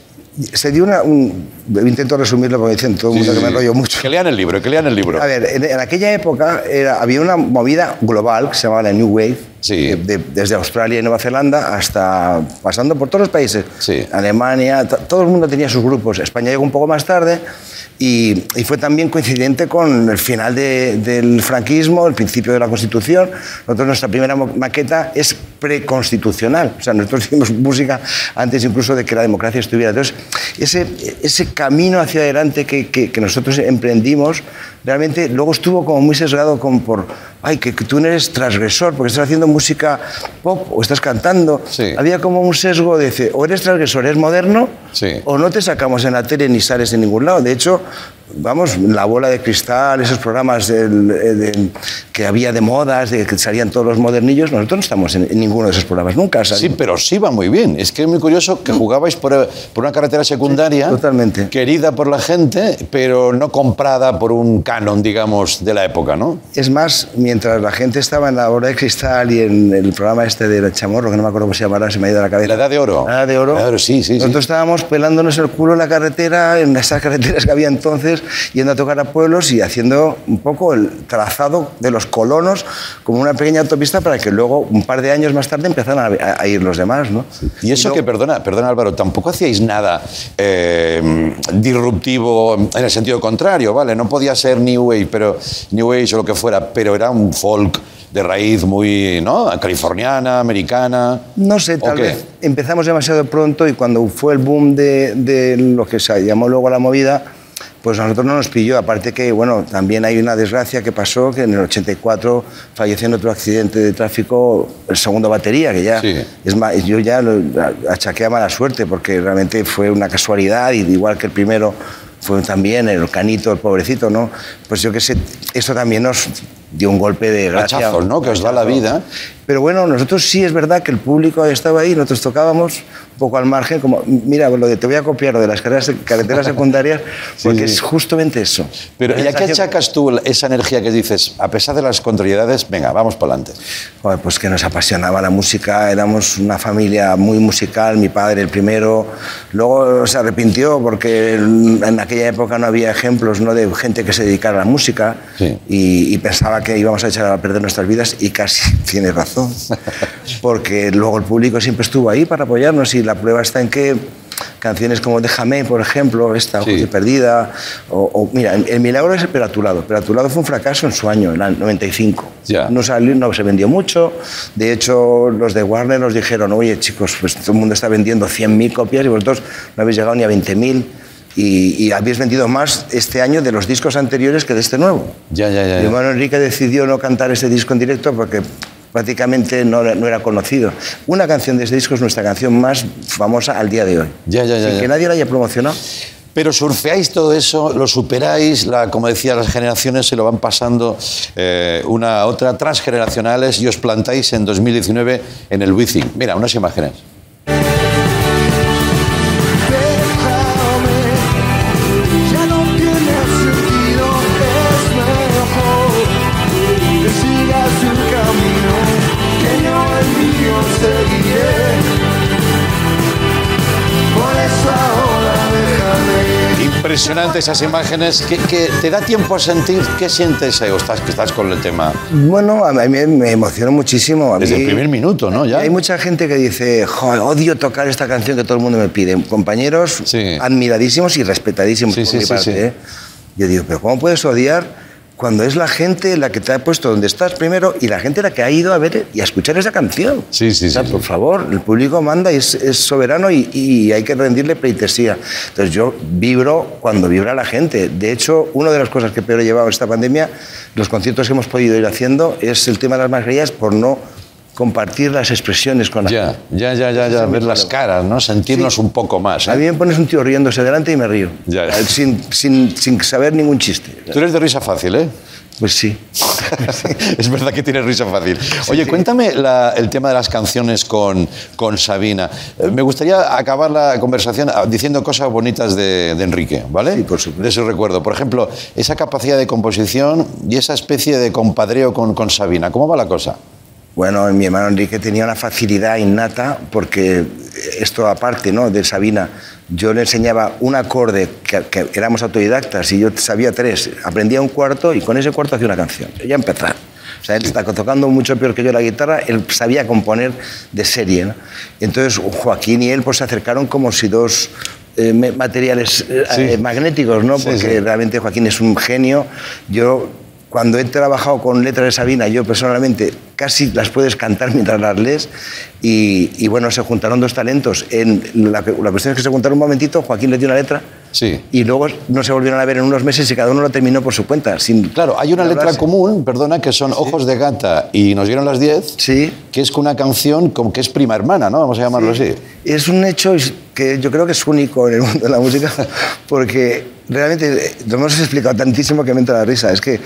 G: Se dio una, un... Intento resumirlo porque dicen todo el mundo que me enrollo mucho.
B: Que lean el libro, que lean el libro.
G: A ver, en, en aquella época era- había una movida global que se llamaba la New Wave,
B: Sí.
G: que de- desde Australia y Nueva Zelanda hasta pasando por todos los países,
B: Sí.
G: Alemania, to- todo el mundo tenía sus grupos. España llegó un poco más tarde y, y fue también coincidente con el final de- del franquismo, el principio de la Constitución. Nosotros nuestra primera mo- maqueta es preconstitucional, o sea, nosotros hicimos música antes incluso de que la democracia estuviera. Entonces, ese, ese camino hacia adelante que, que- que nosotros emprendimos realmente luego estuvo como muy sesgado como por, ay, que, que tú no eres transgresor porque estás haciendo música pop o estás cantando.
B: Sí.
G: Había había como un sesgo de decir, o eres transgresor, eres moderno,
B: Sí.
G: o no te sacamos en la tele ni sales de ningún lado. De hecho, vamos, la bola de cristal, esos programas del- eh, del- que había de modas, de que salían todos los modernillos, nosotros no estamos en, en ninguno de esos programas, nunca
B: Sí,
G: salimos.
B: pero sí va muy bien. Es que es muy curioso que jugabais por, por una carretera secundaria.
G: Sí, totalmente.
B: Querida por la gente, pero no comprada por un canon, digamos, de la época, ¿no?
G: Es más, mientras la gente estaba en la bola de cristal y en el programa este de la chamorro, que no me acuerdo cómo se llamaba, se me ha ido la cabeza.
B: La Edad de Oro.
G: La edad de oro.
B: La Edad de Oro, sí, sí, sí.
G: Nosotros estábamos pelándonos el culo en la carretera, en esas carreteras que había entonces, yendo a tocar a pueblos y haciendo un poco el trazado de los colonos como una pequeña autopista para que luego, un par de años más tarde, empezaran a, a- a ir los demás, ¿no?
B: Y eso
G: luego-
B: que, perdona, perdona Álvaro, tampoco hacíais nada eh, disruptivo en el sentido contrario, ¿vale? No podía ser New Age, pero New Age o lo que fuera, pero era un folk de raíz muy, ¿no? Californiana, americana.
G: No sé,
B: ¿O
G: tal
B: qué?
G: vez empezamos demasiado pronto y cuando fue el boom de, de lo que se llamó luego la movida, pues a nosotros no nos pilló. Aparte que, bueno, también hay una desgracia que pasó, que en el 84 falleció en otro accidente de tráfico el segundo batería, que ya
B: Sí.
G: es más, yo ya lo achaqué a mala suerte porque realmente fue una casualidad y igual que el primero fue también el canito, el pobrecito, ¿no? Pues yo qué sé, esto también nos dio un golpe de gracia.
B: Hachazos, ¿no? Que os da la vida.
G: Pero bueno, nosotros sí es verdad que el público estaba ahí, nosotros tocábamos un poco al margen, como, mira, lo de, te voy a copiar lo de las carreras, carreteras secundarias, porque
B: sí.
G: es justamente eso.
B: Pero
G: La
B: ¿y a qué
G: sensación-
B: achacas tú esa energía que dices, a pesar de las contrariedades, venga, vamos para adelante?
G: Joder, pues que nos apasionaba la música, éramos una familia muy musical, mi padre el primero, luego se arrepintió porque en aquella época no había ejemplos ¿no? de gente que se dedicara a la música
B: Sí.
G: y, y pensaba que íbamos a echar a perder nuestras vidas y casi tiene razón, porque luego el público siempre estuvo ahí para apoyarnos y la prueba está en que canciones como Déjame, por ejemplo, esta, Ojos
B: Sí.
G: de Perdida, o, o, mira, El Milagro es el Pero a tu lado, Pero a tu lado fue un fracaso en su año, en el 95.
B: Ya.
G: No salió, no se vendió mucho. De hecho, los de Warner nos dijeron, oye chicos, pues todo el mundo está vendiendo 100.000 copias y vosotros no habéis llegado ni a 20.000 y, y habéis vendido más este año de los discos anteriores que de este nuevo.
B: Ya, ya, ya,
G: Mi
B: ya.
G: hermano Enrique decidió no cantar este disco en directo porque prácticamente no, era- no era conocido. Una canción de este disco es nuestra canción más famosa al día de hoy.
B: Ya, ya, ya,
G: Sin
B: ya.
G: que nadie la haya promocionado.
B: Pero surfeáis todo eso, lo superáis, la, como decía, las generaciones se lo van pasando eh, una a otra, transgeneracionales, y os plantáis en 2019 en el Wizzing. Mira, unas imágenes.
H: Déjame, ya no tiene sentido, es mejor que sigas un camino que yo el mío seguiré. Por eso ahora déjame.
B: Impresionantes esas imágenes. que, que ¿Te da tiempo a sentir qué sientes ahí? O estás, que estás con el tema
G: Bueno, a mí me emocionó muchísimo. A
B: desde
G: mí-
B: el primer minuto, ¿no? Ya.
G: Hay mucha gente que dice, "Joder, odio tocar esta canción que todo el mundo me pide. Compañeros
B: Sí.
G: admiradísimos y respetadísimos
B: Sí,
G: por
B: sí,
G: mi
B: sí,
G: parte.
B: sí.
G: ¿eh? Yo digo, pero ¿cómo puedes odiar cuando es la gente la que te ha puesto donde estás primero y la gente la que ha ido a ver y a escuchar esa canción?
B: Sí, sí,
G: O sea,
B: sí,
G: Por
B: sí.
G: favor, el público manda y es, es soberano y, y hay que rendirle pleitesía. Entonces yo vibro cuando vibra la gente. De hecho, una de las cosas que peor he llevado esta pandemia, los conciertos que hemos podido ir haciendo, es el tema de las mascarillas por no compartir las expresiones con la
B: Ya,
G: gente.
B: ya, ya, ya, ya, ver las caras, ¿no? Sentirnos
G: Sí.
B: un poco más. ¿eh?
G: A mí me pones un tío riéndose delante y me río.
B: Ya.
G: Sin, sin, sin saber ningún chiste.
B: Tú eres de risa fácil, ¿eh?
G: Pues sí.
B: es verdad que tienes risa fácil. Oye, cuéntame la- el tema de las canciones con, con Sabina. Eh, Me gustaría acabar la conversación ah, diciendo cosas bonitas de, de Enrique, ¿vale?
G: Sí, por supuesto.
B: De su recuerdo. Por ejemplo, esa capacidad de composición y esa especie de compadreo con, con Sabina. ¿Cómo va la cosa?
G: Bueno, mi hermano Enrique tenía una facilidad innata porque eh, esto aparte ¿no? de Sabina, yo le enseñaba un acorde, que, que éramos autodidactas y yo sabía tres, aprendía un cuarto y con ese cuarto hacía una canción. Ya empezaba. O sea, él está tocando mucho peor que yo la guitarra, él sabía componer de serie. ¿no? Entonces Joaquín y él pues, se acercaron como si dos eh, me- materiales eh,
B: Sí.
G: eh, magnéticos, ¿no?
B: Sí,
G: Porque
B: sí.
G: realmente Joaquín es un genio. Yo, cuando he trabajado con letras de Sabina, yo personalmente casi las puedes cantar mientras las lees. Y, y bueno, se juntaron dos talentos. En la, la cuestión es que se juntaron un momentito, Joaquín le dio una letra.
B: Sí.
G: Y luego no se volvieron a ver en unos meses y cada uno lo terminó por su cuenta. Sin,
B: Claro, hay una
G: sin
B: letra
G: hablarse.
B: común, perdona, que son Ojos de Gata y Nos dieron las 10,
G: Sí.
B: que es una canción como que es prima hermana, ¿no? Vamos a llamarlo así.
G: Es un hecho que yo creo que es único en el mundo de la música, porque realmente eh, lo hemos explicado tantísimo que me entra la risa. Es que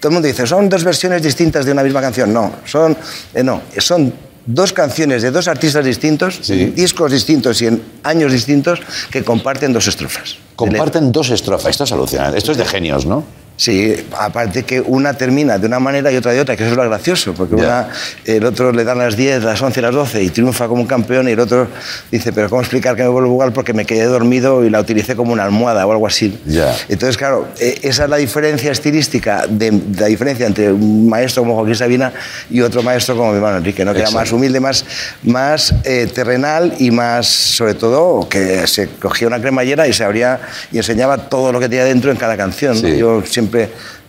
G: todo el mundo dice, son dos versiones distintas de una misma canción. No, son, eh, no, son dos canciones de dos artistas distintos,
B: Sí.
G: discos distintos y en años distintos que comparten dos estrofas.
B: Comparten dos estrofas. Esto es alucinante. Esto es de genios, ¿no?
G: Sí, aparte que una termina de una manera y otra de otra, que eso es lo gracioso, porque
B: Ya.
G: una, el otro le dan las 10, las 11, las 12 y triunfa como un campeón y el otro dice, pero ¿cómo explicar que me vuelvo a jugar porque me quedé dormido y la utilicé como una almohada o algo así?
B: Ya.
G: Entonces, claro, e- esa es la diferencia estilística, de, de la diferencia entre un maestro como Joaquín Sabina y otro maestro como mi hermano Enrique, ¿no? que era
B: Exacto.
G: más humilde, más, más eh, terrenal y más, sobre todo, que se cogía una cremallera y se abría y enseñaba todo lo que tenía dentro en cada canción. ¿no?
B: Sí.
G: Yo siempre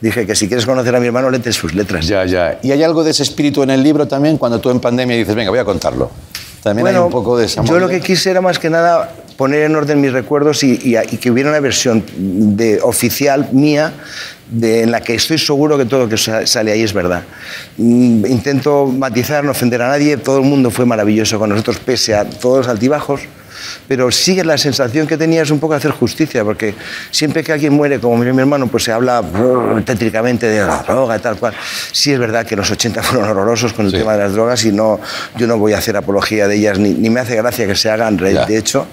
G: dije que si quieres conocer a mi hermano, léete sus letras.
B: Ya, ya. ¿Y hay algo de ese espíritu en el libro también cuando tú en pandemia dices, venga, voy a contarlo? También hay un poco de esa
G: Yo
B: movida.
G: lo que quise era más que nada poner en orden mis recuerdos y, y- y que hubiera una versión de, oficial mía de, en la que estoy seguro que todo lo que sa- sale ahí es verdad. Mm, Intento matizar, no ofender a nadie, todo el mundo fue maravilloso con nosotros pese a todos los altibajos, pero sigue la sensación que tenía es un poco hacer justicia, porque siempre que alguien muere, como mi mi hermano, pues se habla brr, tétricamente de la droga y tal cual. Sí es verdad que los 80 fueron horrorosos con el
B: Sí.
G: tema de las drogas y no, yo no voy a hacer apología de ellas, ni, ni me hace gracia que se hagan, re-
B: Ya.
G: de hecho,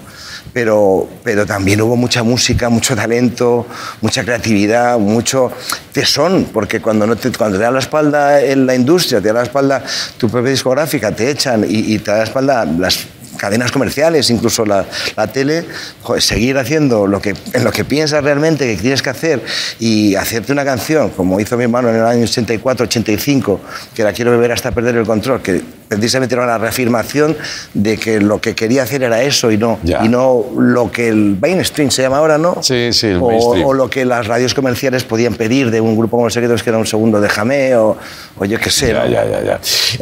G: pero, pero también hubo mucha música, mucho talento, mucha creatividad, mucho tesón, porque cuando, no te, cuando te da la espalda en la industria, te da la espalda tu propia discográfica, te echan y, y te da la espalda las cadenas comerciales, incluso la, la tele, joder, seguir haciendo lo que, en lo que piensas realmente que tienes que hacer y hacerte una canción, como hizo mi hermano en el año 84, 85, que la quiero beber hasta perder el control, que precisamente era la reafirmación de que lo que quería hacer era eso y no,
B: Ya.
G: y no lo que el mainstream se llama ahora, ¿no?
B: Sí, sí, el
G: o,
B: mainstream.
G: o lo que las radios comerciales podían pedir de un grupo como los secretos que era un segundo déjame o, o yo qué sé.
B: Ya,
G: ¿no?
B: ya, ya, ya.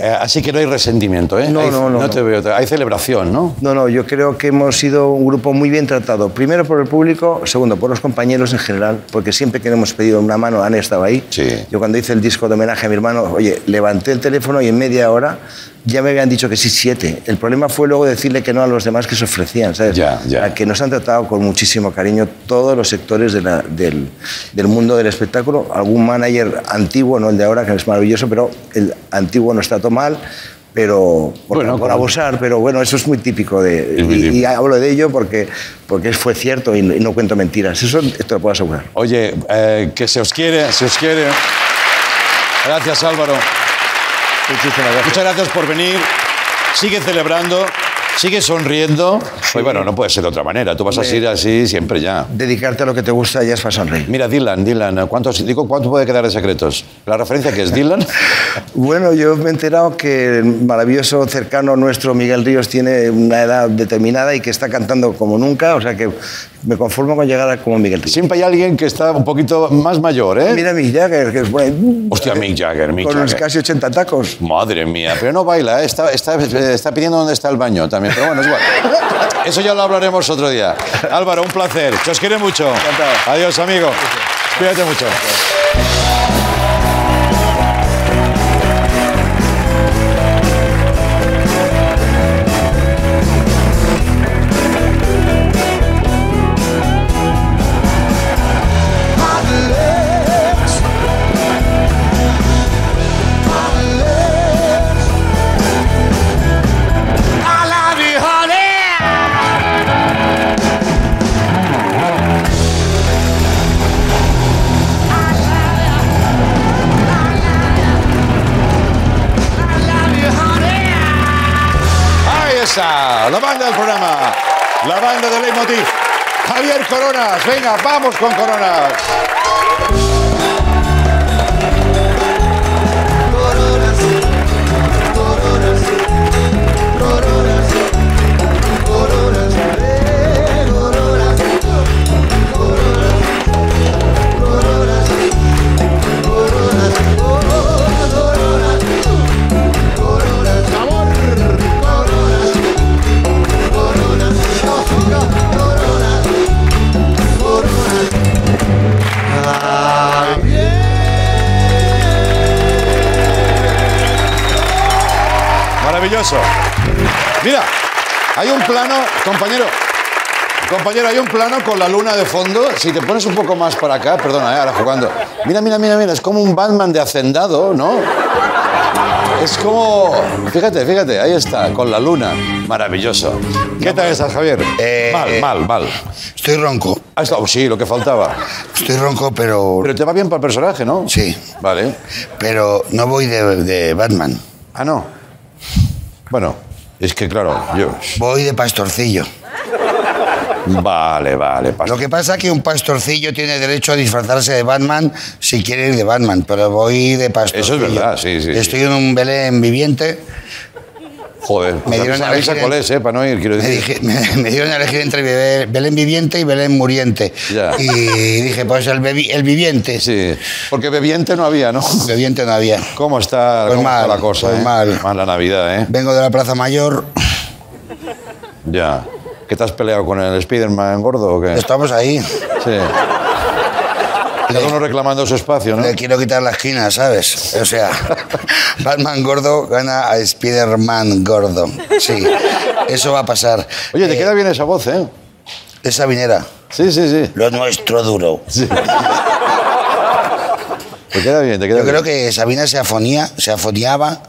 B: Eh, así que no hay resentimiento, ¿eh?
G: No,
B: Hay-
G: no, no,
B: No te
G: no.
B: veo. otra- Hay celebración, ¿no?
G: No, no, yo creo que hemos sido un grupo muy bien tratado. Primero por el público, segundo por los compañeros en general, porque siempre que le hemos pedido una mano han estado ahí.
B: Sí.
G: Yo cuando hice el disco de homenaje a mi hermano, oye, levanté el teléfono y en media hora ya me habían dicho que sí siete. El problema fue luego decirle que no a los demás que se ofrecían, ¿sabes?
B: Ya, ya.
G: A que nos han tratado con muchísimo cariño todos los sectores de la- del, del mundo del espectáculo. Algún manager antiguo, no el de ahora, que es maravilloso, pero el antiguo nos trató mal. Pero por,
B: Bueno,
G: por
B: como-
G: abusar, pero bueno, eso es muy típico de.
B: Es muy
G: y-
B: típico.
G: y hablo de ello porque, porque fue cierto y, no- y no cuento mentiras. Eso te lo puedo asegurar.
B: Oye, eh, que se os quiere, se os quiere. Gracias, Álvaro. Muchas gracias por venir. Sigue celebrando, sigue sonriendo. Pues bueno, no puede ser de otra manera. Tú vas a seguir así siempre ya.
G: Dedicarte a lo que te gusta ya es para sonreír.
B: Mira, Dylan, Dylan, ¿cuántos, digo, ¿cuánto puede quedar de secretos? ¿La referencia que es Dylan?
G: Bueno, yo me he enterado que el maravilloso cercano nuestro Miguel Ríos tiene una edad determinada y que está cantando como nunca, o sea que me conformo con llegar a como Miguel Ríos.
B: Siempre hay alguien que está un poquito más mayor, ¿eh?
G: Mira a Mick Jagger, que es bueno,
B: Hostia, Mick Jagger, Mick
G: con los
B: Jagger.
G: casi 80 tacos.
B: Madre mía, pero no baila, ¿eh? está, está, está pidiendo dónde está el baño también, pero bueno, es igual. Eso ya lo hablaremos otro día. Álvaro, un placer, que os quiere mucho.
G: Encantado.
B: Adiós, amigo. Cuídate mucho. Ahí está, la banda del programa, la banda de Leitmotiv. Javier Coronas, venga, vamos con Coronas. Maravilloso. Mira, hay un plano, compañero, Compañero, hay un plano con la luna de fondo. Si te pones un poco más para acá, perdona, ¿eh? ahora jugando. Mira, mira, mira, mira, es como un Batman de hacendado, ¿no? Es como. Fíjate, fíjate, ahí está, con la luna. Maravilloso. ¿Qué tal estás, Javier?
F: Eh,
B: mal,
F: eh.
B: mal, mal.
F: Estoy ronco,
B: Ah, está- sí, lo que faltaba.
F: estoy ronco, pero,
B: Pero te va bien para el personaje, ¿no?
F: Sí.
B: Vale.
F: pero no voy de, de Batman,
B: Ah, no. Bueno, es que claro, yo.
F: voy de pastorcillo.
B: Vale, vale,
F: Lo
B: pastor.
F: que pasa es que un pastorcillo tiene derecho a disfrazarse de Batman si quiere ir de Batman, pero voy de pastorcillo.
B: verdad, sí, sí, sí.
F: Estoy en un Belén viviente,
B: Joder,
F: Me dieron
B: avisa-
F: a
B: avisa
F: elegir
B: cuál
F: en-
B: es, ¿eh? Para no ir, quiero
F: me,
B: decir.
F: dije- me- me dieron a elegir entre Be- Belén viviente y Belén muriente.
B: Ya.
F: Y dije, pues el, bebi- el viviente.
B: Sí, porque bebiente no había, ¿no?
F: Viviente no había.
B: ¿Cómo está,
F: Pues
B: cómo está
F: mal,
B: la cosa?
F: pues
B: eh?
F: mal.
B: la Navidad, ¿eh?
F: Vengo de la Plaza Mayor,
B: Ya. ¿Que te has peleado con el Spiderman gordo o qué?
F: estamos ahí.
B: Sí. Cada uno reclamando su espacio, ¿no?
F: Le quiero quitar la esquina, ¿sabes? O sea, Batman gordo gana a Spider-Man gordo. Sí, eso va a pasar.
B: Oye, te
F: Eh,
B: queda bien esa voz, ¿eh?
F: Esa vinera.
B: Sí, sí, sí.
F: Lo nuestro duro.
B: Te queda bien, te queda
F: Yo
B: bien.
F: creo que Sabina se afonía, se afoneaba,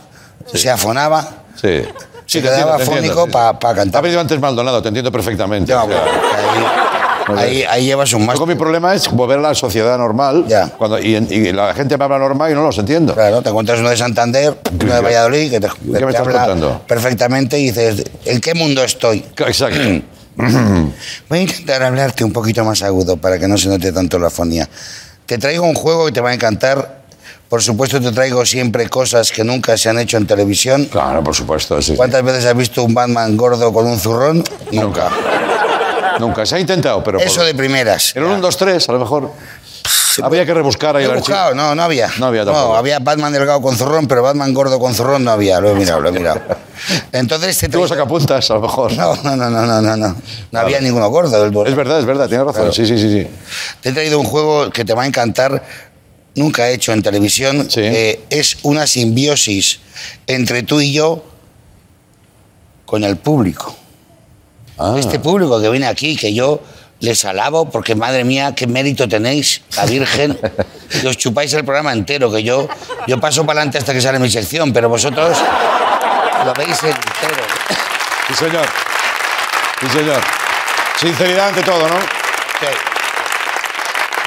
F: se afonaba,
B: Sí.
F: se
B: te
F: quedaba
B: entiendo, te entiendo,
F: fónico
B: sí.
F: para
B: Te Ha
F: cantar.
B: venido antes Maldonado, te entiendo perfectamente.
F: Ya,
B: O sea,
F: bueno, ahí, ahí- ahí llevas un más.
B: Luego mi problema es volver a la sociedad normal
F: Ya.
B: cuando, y, en- y la gente me habla normal y no los entiendo.
F: Claro, te encuentras uno de Santander, uno de Valladolid, que te,
B: me
F: te
B: estás
F: habla
B: contando?
F: perfectamente y dices, ¿en qué mundo estoy?
B: Exacto.
F: Voy a intentar hablarte un poquito más agudo para que no se note tanto la fonía. Te traigo un juego que te va a encantar. Por supuesto, te traigo siempre cosas que nunca se han hecho en televisión.
B: Claro, por supuesto. sí, sí.
F: ¿Cuántas veces has visto un Batman gordo con un zurrón? Nunca.
B: Nunca. Se ha intentado, pero. por-
F: Eso de primeras.
B: En un 1, 2, 3, a lo mejor. Habría que rebuscar ahí
F: He
B: el
F: buscado,
B: archivo.
F: no, no había.
B: No había tampoco.
F: había Batman delgado con zurrón, pero Batman gordo con zurrón no había. Lo he mirado, lo he mirado. Entonces te
B: Tengo
F: traigo...
B: sacapuntas, a lo mejor.
F: No, no, no, no, no, no. No había ninguno gordo. El-
B: Es verdad, es verdad, tienes razón. Sí, sí, sí, sí.
F: Te he traído un juego que te va a encantar, nunca hecho en televisión.
B: Sí.
F: Eh, es una simbiosis entre tú y yo con el público.
B: Ah.
F: Este público que viene aquí, que yo les alabo, porque madre mía, qué mérito tenéis, la Virgen. y os chupáis el programa entero, que yo, yo paso para adelante hasta que sale mi sección, pero vosotros lo veis entero.
B: Sí, señor. Sí, señor. Sinceridad ante todo, ¿no?
F: Sí.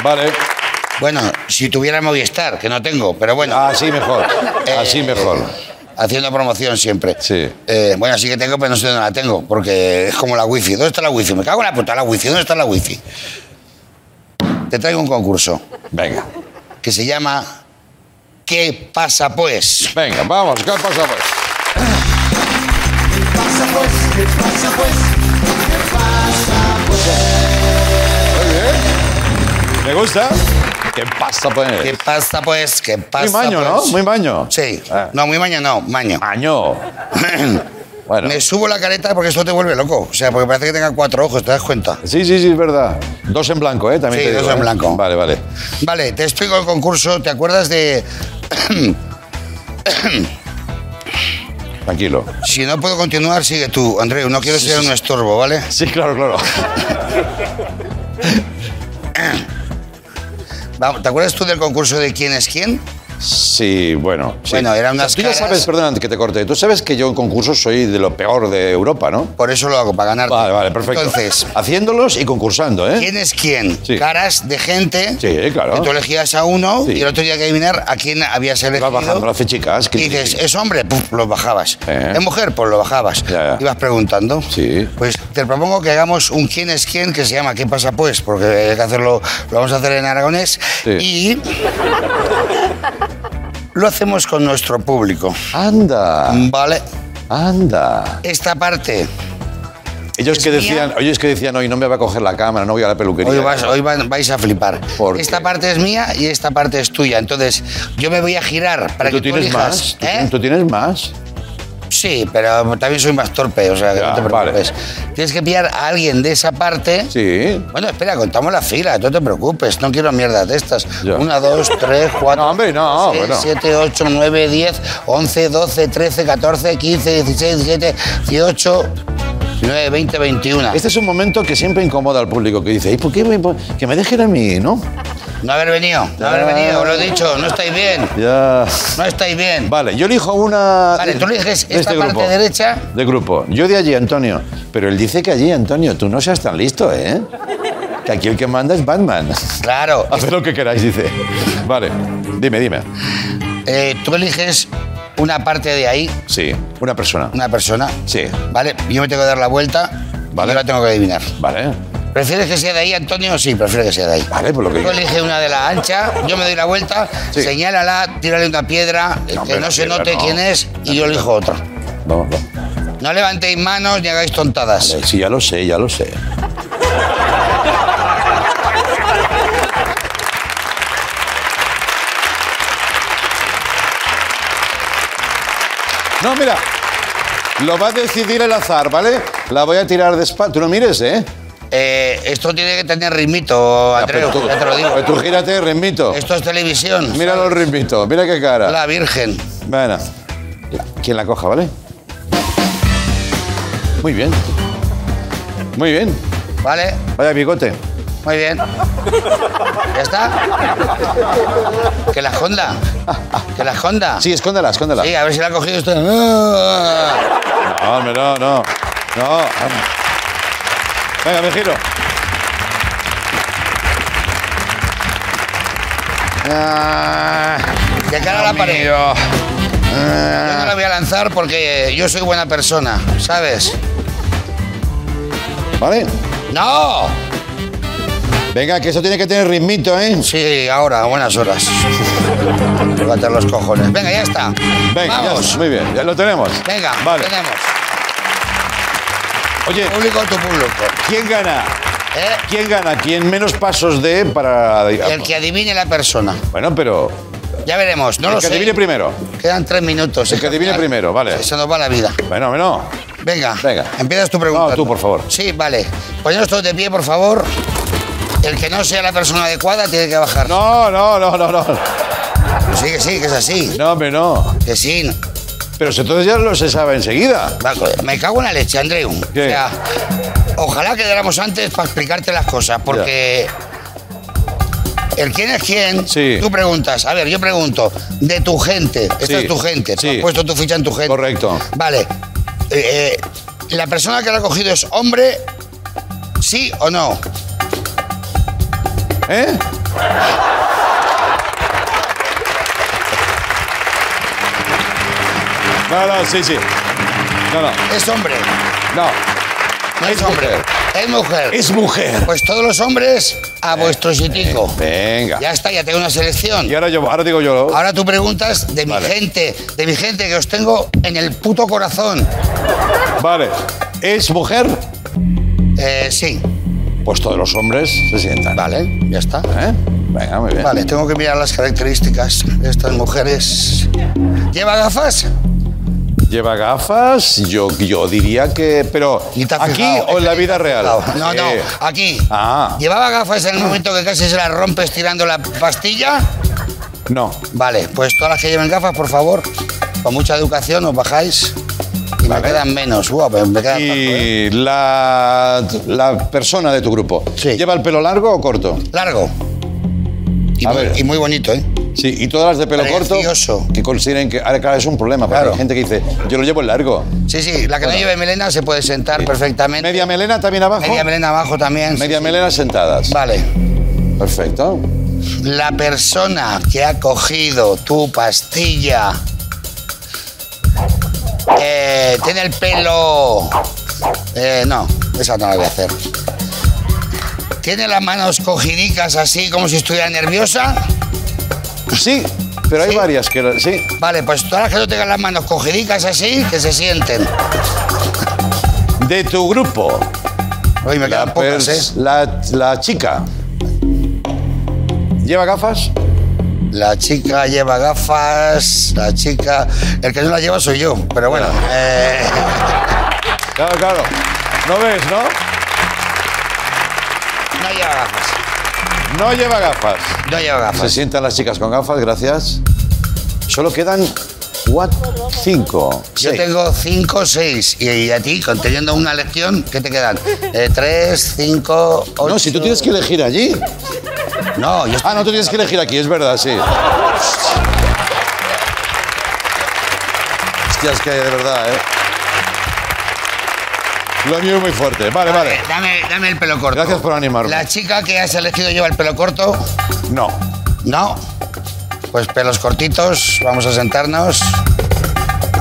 B: Vale.
F: Bueno, si tuviera Movistar, que no tengo, pero bueno.
B: Así Ah, mejor. Así
F: Eh,
B: mejor.
F: Haciendo promoción siempre.
B: Sí.
F: Eh, bueno, sí que tengo, pero no sé dónde la tengo, porque es como la wifi. ¿Dónde está la wifi? Me cago en la puta, la wifi. ¿Dónde está la wifi? Te traigo un concurso
B: Venga.
F: que se llama ¿Qué pasa pues?
B: Venga, vamos. ¿Qué pasa, pues? pues? ¿Qué pasa, pues? ¿Qué pasa, pues? Muy bien. Me gusta. ¿Qué
F: ¿Qué
B: pasa,
F: pasa pues? ¿Qué
B: pues?
F: pasa
B: Muy maño, ¿no?
F: pues?
B: Muy maño.
F: Sí.
B: Ah.
F: No, muy maño no, maño.
B: Maño. Bueno.
F: Me subo la careta porque esto te vuelve loco. O sea, porque parece que tenga cuatro ojos, ¿te das cuenta?
B: Sí, sí, sí, es verdad. Dos en blanco, ¿eh? También
F: Sí,
B: te digo,
F: dos en
B: ¿eh?
F: blanco.
B: Vale, vale.
F: Vale, te explico el concurso. ¿Te acuerdas de
B: Tranquilo.
F: Si no puedo continuar, sigue tú, Andreu. No quiero ser un estorbo, ¿vale?
B: Sí, claro, claro.
F: Vamos, ¿Te acuerdas tú del concurso de quién es quién?
B: Sí, bueno. sí.
F: Bueno, eran unas
B: Tú
F: caras-
B: ya sabes, perdón, antes que te corte. Tú sabes que yo en concursos soy de lo peor de Europa, ¿no?
F: Por eso lo hago, para ganar.
B: Vale, vale, perfecto.
F: Entonces,
B: Haciéndolos y concursando, ¿eh?
F: ¿quién es quién?
B: Sí.
F: Caras de gente.
B: Sí, claro.
F: Que tú elegías a uno
B: Sí.
F: y el otro tenía que adivinar a quién habías elegido.
B: Ibas bajando las fichicas. que-
F: Y dices, es hombre, puf, lo bajabas.
B: Eh.
F: Es mujer, pues lo bajabas.
B: Ya, ya.
F: Ibas preguntando.
B: Sí.
F: Pues te propongo que hagamos un quién es quién que se llama ¿Qué pasa pues? Porque hay que hacerlo, lo vamos a hacer en aragonés.
B: Sí.
F: Y lo hacemos con nuestro público.
B: Anda,
F: Vale.
B: anda.
F: Esta parte,
B: Ellos que,
F: mía.
B: decían, ellos que decían, hoy no me va a coger la cámara, no voy a la peluquería.
F: hoy, vas- hoy van- vais a flipar.
B: ¿Por qué?
F: Esta parte es mía y esta parte es tuya. Entonces, yo me voy a girar para
B: ¿Tú
F: que tú
B: tienes
F: elijas,
B: más? ¿Tú,
F: ¿eh?
B: tú tienes más?
F: Sí, pero también soy más torpe, o sea, que
B: Ya,
F: no te
B: vale.
F: preocupes. Tienes que pillar a alguien de esa parte.
B: Sí.
F: Bueno, espera, contamos la fila, no te preocupes, no quiero mierdas de estas.
B: Ya.
F: Una, dos, tres, cuatro,
B: No, hombre, no,
F: seis,
B: bueno.
F: siete, ocho, nueve, diez, once, doce, trece, catorce, quince, dieciséis, diecisiete, dieciocho, 19, 20, 21.
B: Este es un momento que siempre incomoda al público, que dice, ¿y por qué me impo- que me dejen a mí, no?
F: No haber venido, no haber
B: Ah.
F: venido, os lo he dicho, no estáis bien,
B: Ya.
F: no estáis bien.
B: Vale, este yo elijo una.
F: Vale,
B: de-
F: tú eliges
B: de
F: esta parte derecha.
B: De grupo. Yo de allí, Antonio. Pero él dice que allí, Antonio, tú no seas tan listo, ¿eh? Que aquí el que manda es Batman.
F: Claro,
B: Haced lo que queráis, dice. Vale, dime, dime.
F: eh, tú eliges una parte de ahí,
B: Sí, una persona.
F: una persona.
B: Sí.
F: Vale, yo me tengo que dar la vuelta
B: Vale.
F: y yo la tengo que adivinar.
B: Vale,
F: ¿Prefieres que sea de ahí, Antonio? Sí, prefiero que sea de ahí.
B: vale, por lo que
F: Tú
B: yo.
F: eliges una de la ancha, yo me doy la vuelta,
B: Sí.
F: señálala, tírale una piedra, eh,
B: hombre,
F: que
B: la
F: no se
B: piedra
F: note
B: no.
F: quién es, y yo elijo otra.
B: No, no.
F: No levantéis manos ni hagáis tontadas.
B: Eh, Sí, ya lo sé, ya lo sé. No, mira. Lo va a decidir el azar, ¿vale? La voy a tirar de espalda. Tú no mires, ¿eh?
F: Eh, esto tiene que tener ritmito,
B: Ya, pero
F: Andreu,
B: tú-
F: ya te lo
B: pero Pues tú
F: digo.
B: gírate, ritmito.
F: Esto es televisión.
B: Míralo el ritmito, mira qué cara.
F: La Virgen.
B: Bueno, quien la coja, ¿vale? Muy bien. Muy bien.
F: ¿Vale?
B: Vaya bigote.
F: Muy bien. ¿Ya está? Que la Honda. Que la Honda.
B: Sí, escóndela, escóndela.
F: Sí, a ver si la ha cogido usted. Ah.
B: No, hombre, no, no. No. Venga, me giro. Ah,
F: De cara a la pared.
B: mío.
F: Yo no la voy a lanzar porque yo soy buena persona, ¿sabes?
B: Vale.
F: ¡No!
B: Venga, que eso tiene que tener ritmito, ¿eh?
F: Sí, ahora, a buenas horas. Voy a bater los cojones. Venga, ya está.
B: Venga, ya
F: Vamos.
B: está, muy bien. Ya lo tenemos.
F: Venga,
B: vale.
F: tenemos.
B: Oye,
F: Público, tu público.
B: ¿quién gana?
F: ¿Eh?
B: ¿Quién gana? ¿Quién menos pasos de para...?
F: El que adivine la persona.
B: Bueno, pero...
F: Ya veremos, no
B: el
F: lo
B: que
F: sé.
B: adivine primero.
F: Quedan tres minutos.
B: El que adivine primero, vale.
F: Se nos va la vida.
B: Bueno, bueno.
F: Venga,
B: Venga.
F: empiezas tu pregunta.
B: No, tú, por favor.
F: Sí, vale. Poneros todos de pie, por favor. El que no sea la persona adecuada tiene que bajar.
B: No, no, no, no, no.
F: Sí, que sí, que es así.
B: No, hombre, no.
F: Que sí.
B: Pero si entonces ya lo se sabe enseguida.
F: Va, Me cago en la leche, Andreu.
B: ¿Qué?
F: O sea, ojalá quedáramos antes para explicarte las cosas, porque. El quién es quién,
B: Sí.
F: tú preguntas. A ver, yo pregunto, de tu gente. Esta
B: Sí,
F: es tu gente. Tú
B: sí.
F: has puesto tu ficha en tu gente.
B: Correcto.
F: Vale. Eh, eh, ¿La persona que la ha cogido es hombre? ¿Sí o no?
B: ¿Eh? No, no, sí, sí. No, no,
F: Es hombre.
B: no.
F: No
B: Es
F: es hombre.
B: mujer.
F: Es mujer.
B: Es mujer. Eh,
F: Pues todos los hombres a vuestro sitico.
B: Venga.
F: Ya está, ya tengo una selección.
B: Y ahora yo, ahora digo yo.
F: Ahora tú preguntas de mi
B: Vale.
F: gente, de mi gente que os tengo en el puto corazón.
B: Vale. ¿Es mujer?
F: Eh, sí,
B: Pues todos los hombres se sientan.
F: vale, ya está.
B: ¿Eh? Venga, muy bien.
F: Vale, tengo que mirar las características de estas mujeres. ¿Lleva gafas?
B: Lleva gafas, yo, yo diría que. Pero,
F: Ni te has
B: ¿aquí
F: fijado,
B: o en la
F: ni te
B: vida
F: has
B: real?
F: fijado. No, no,
B: Eh,
F: aquí.
B: Ah.
F: ¿Llevaba gafas en el momento que casi se las rompes tirando la pastilla?
B: No.
F: Vale, pues todas las que lleven gafas, por favor, con mucha educación os bajáis y me quedan menos. Uah, me- me quedan poco, ¿eh?
B: Y la, la persona de tu grupo,
F: Sí.
B: ¿lleva el pelo largo o corto?
F: Largo. Y,
B: A
F: muy,
B: ver.
F: y muy bonito, ¿eh?
B: Sí, y todas las de pelo
F: Precioso.
B: corto que consideren que. Ahora, claro, es un problema, porque
F: Claro.
B: hay gente que dice, yo lo llevo el largo.
F: Sí, sí, la que no lleve melena se puede sentar perfectamente.
B: ¿Media melena también abajo?
F: Media melena abajo también.
B: Media melena sentadas.
F: Vale.
B: Perfecto.
F: La persona que ha cogido tu pastilla eh, tiene el pelo. Eh, no, esa no la voy a hacer. Tiene las manos cogidicas así como si estuviera nerviosa.
B: Sí, pero hay
F: Sí.
B: varias que. Sí.
F: Vale, pues todas las que no tengan las manos cogidicas así, que se sienten.
B: De tu grupo,
F: Hoy me quedan
B: la,
F: pocas, ¿eh?
B: pers- la, la chica. ¿Lleva gafas?
F: La chica lleva gafas, la chica... El que no la lleva soy yo, pero bueno. eh,
B: Claro, claro. ¿No ves, no?
F: no lleva gafas,
B: No lleva gafas.
F: no lleva
B: Se
F: gafas.
B: sientan las chicas con gafas, gracias. Solo quedan Cuatro, cinco.
F: Yo
B: seis.
F: tengo 5, 6. Y, y a ti, conteniendo una lección, ¿qué te quedan? Eh, 3, 5, 8.
B: No, si tú tienes que elegir allí.
F: No, yo
B: Ah, no, tú tienes que elegir aquí, es verdad, sí. Hostias, que de verdad, ¿eh? Lo mío es muy fuerte. Vale, vale.
F: Eh, Dame, dame el pelo corto.
B: Gracias por animarme.
F: La chica que has elegido lleva el pelo corto.
B: No.
F: No. Pues pelos cortitos. Vamos a sentarnos.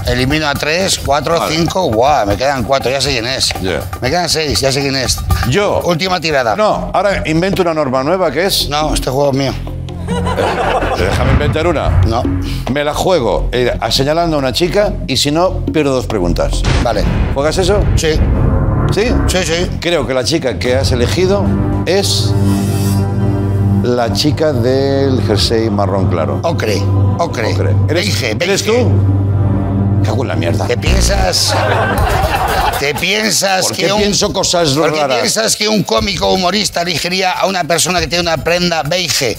F: Elimino a tres, cuatro,
B: Vale.
F: cinco. Guau, me quedan cuatro. Ya sé quién es.
B: Ya.
F: Me quedan seis. Ya sé quién es.
B: Yo.
F: Última tirada.
B: No, ahora invento una norma nueva que es.
F: No, este juego es mío.
B: Déjame inventar una.
F: No.
B: Me la juego eh, a- señalando a una chica y si no, pierdo dos preguntas.
F: Vale.
B: ¿Juegas eso?
F: Sí.
B: ¿Sí?
F: Sí, sí.
B: Creo que la chica que has elegido es la chica del jersey marrón claro.
F: Ocre. Ocre.
B: Ocre.
F: Beige,
B: ¿Eres
F: beige.
B: tú? Cago en la mierda.
F: ¿Te piensas? ¿Te piensas
B: ¿Por
F: que
B: qué
F: un
B: pienso cosas
F: ¿Por qué
B: raras?
F: piensas que un cómico humorista elegiría a una persona que tiene una prenda beige?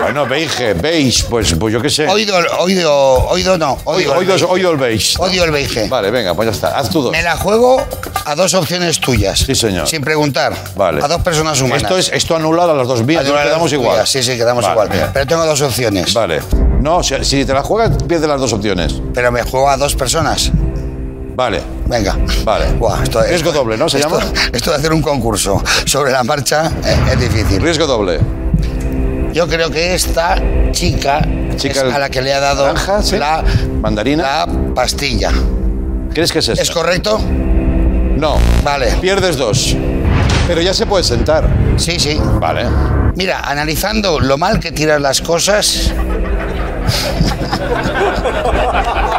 B: Bueno, beige, beige, pues, pues yo qué sé.
F: Oído, oído, oído no. Odio, el
B: oído,
F: beige.
B: oído el beige.
F: Odio el beige.
B: Vale, venga, pues ya está. Haz tú dos.
F: Me la juego a dos opciones tuyas.
B: Sí, señor.
F: Sin preguntar.
B: Vale.
F: A dos personas humanas.
B: Esto, es, esto anular a las dos
F: A
B: vías,
F: dos
B: no quedamos
F: personas
B: igual.
F: tuyas. Sí, sí, quedamos
B: Vale,
F: igual.
B: bien.
F: Pero tengo dos opciones.
B: Vale. No, si, si te la juegas, pierdes las dos opciones.
F: Pero me juego a dos personas.
B: Vale.
F: Venga.
B: Vale.
F: Buah, esto-
B: Riesgo
F: esto-
B: doble, ¿no? ¿Se
F: esto-
B: llama?
F: Esto de hacer un concurso sobre la marcha eh, es difícil.
B: Riesgo doble.
F: Yo creo que esta chica,
B: Chica
F: es a la que le ha dado
B: naranja, ¿sí?
F: la,
B: Mandarina.
F: la pastilla.
B: ¿Crees que es esta?
F: ¿Es correcto?
B: no.
F: Vale.
B: Pierdes dos. Pero ya se puede sentar.
F: Sí, sí.
B: Vale.
F: Mira, analizando lo mal que tiras las cosas...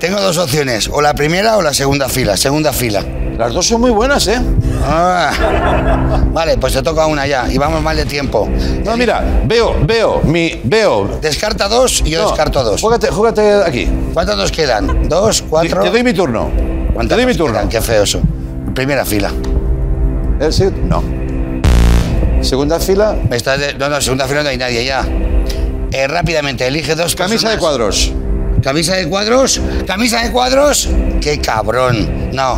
F: Tengo dos opciones, o la primera o la segunda fila. Segunda fila.
B: Las dos son muy buenas, ¿eh?
F: Ah. Vale, pues te toca una ya y vamos mal de tiempo.
B: No, mira, veo, veo, mi, veo.
F: Descarta dos y yo
B: No,
F: descarto dos.
B: Júgate, júgate aquí.
F: ¿Cuántas nos quedan? ¿Dos? ¿Cuatro?
B: Te doy mi turno. Te
F: ¿Cuántas
B: doy mi
F: nos
B: turno.
F: quedan? Qué feo eso. Primera fila.
B: Eh, sí, No. Segunda fila,
F: Me está de- No, no, segunda fila no hay nadie ya. Eh, rápidamente, elige dos
B: camisa de
F: personas.
B: cuadros.
F: ¿Camisa de cuadros? ¿Camisa de cuadros? ¡Qué cabrón! No.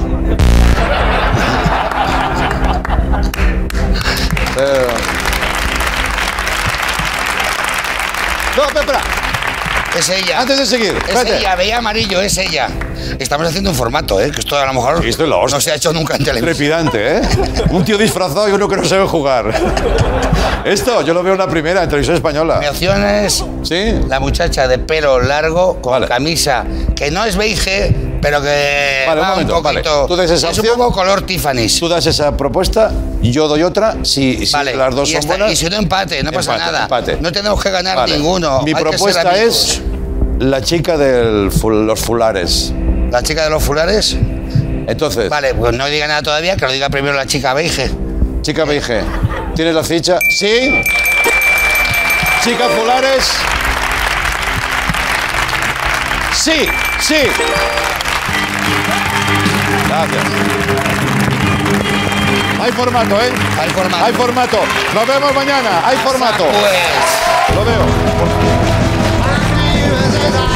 B: No, espera, espera,
F: Es ella.
B: antes de seguir.
F: es
B: espérate.
F: ella, veía amarillo, es ella. Estamos haciendo un formato, ¿eh? Que esto a lo mejor
B: Sí, esto es la hostia.
F: no se ha hecho nunca en televisión.
B: Trepidante, ¿eh? Un tío disfrazado y uno que no sabe jugar. Esto, yo lo veo en la primera, en televisión
F: Mi
B: española.
F: opción es
B: ¿Sí?
F: la muchacha de pelo largo con
B: Vale.
F: camisa que no es beige, pero que
B: Vale, un
F: va
B: momento, vale.
F: poquito...
B: Tú des esa
F: es un
B: opción.
F: poco color Tiffany's.
B: Tú das esa propuesta, yo doy otra. Si, si
F: Vale,
B: las dos
F: y
B: son
F: esta-
B: buenas.
F: Y si no empate, no pasa
B: empate,
F: nada.
B: empate.
F: No tenemos que ganar
B: Vale.
F: ninguno.
B: Mi
F: hay que ser
B: propuesta
F: amigos.
B: es la chica de los fulares.
F: La chica de los fulares.
B: Entonces,
F: Vale, pues no diga nada todavía, que lo diga primero la chica beige.
B: chica beige, ¿tienes la ficha? Sí. Chica fulares. Sí, sí. Gracias. Hay formato, ¿eh?
F: Hay formato.
B: Hay formato. Nos vemos mañana. Hay formato.
F: Pues.
B: Lo veo.
H: Thank you.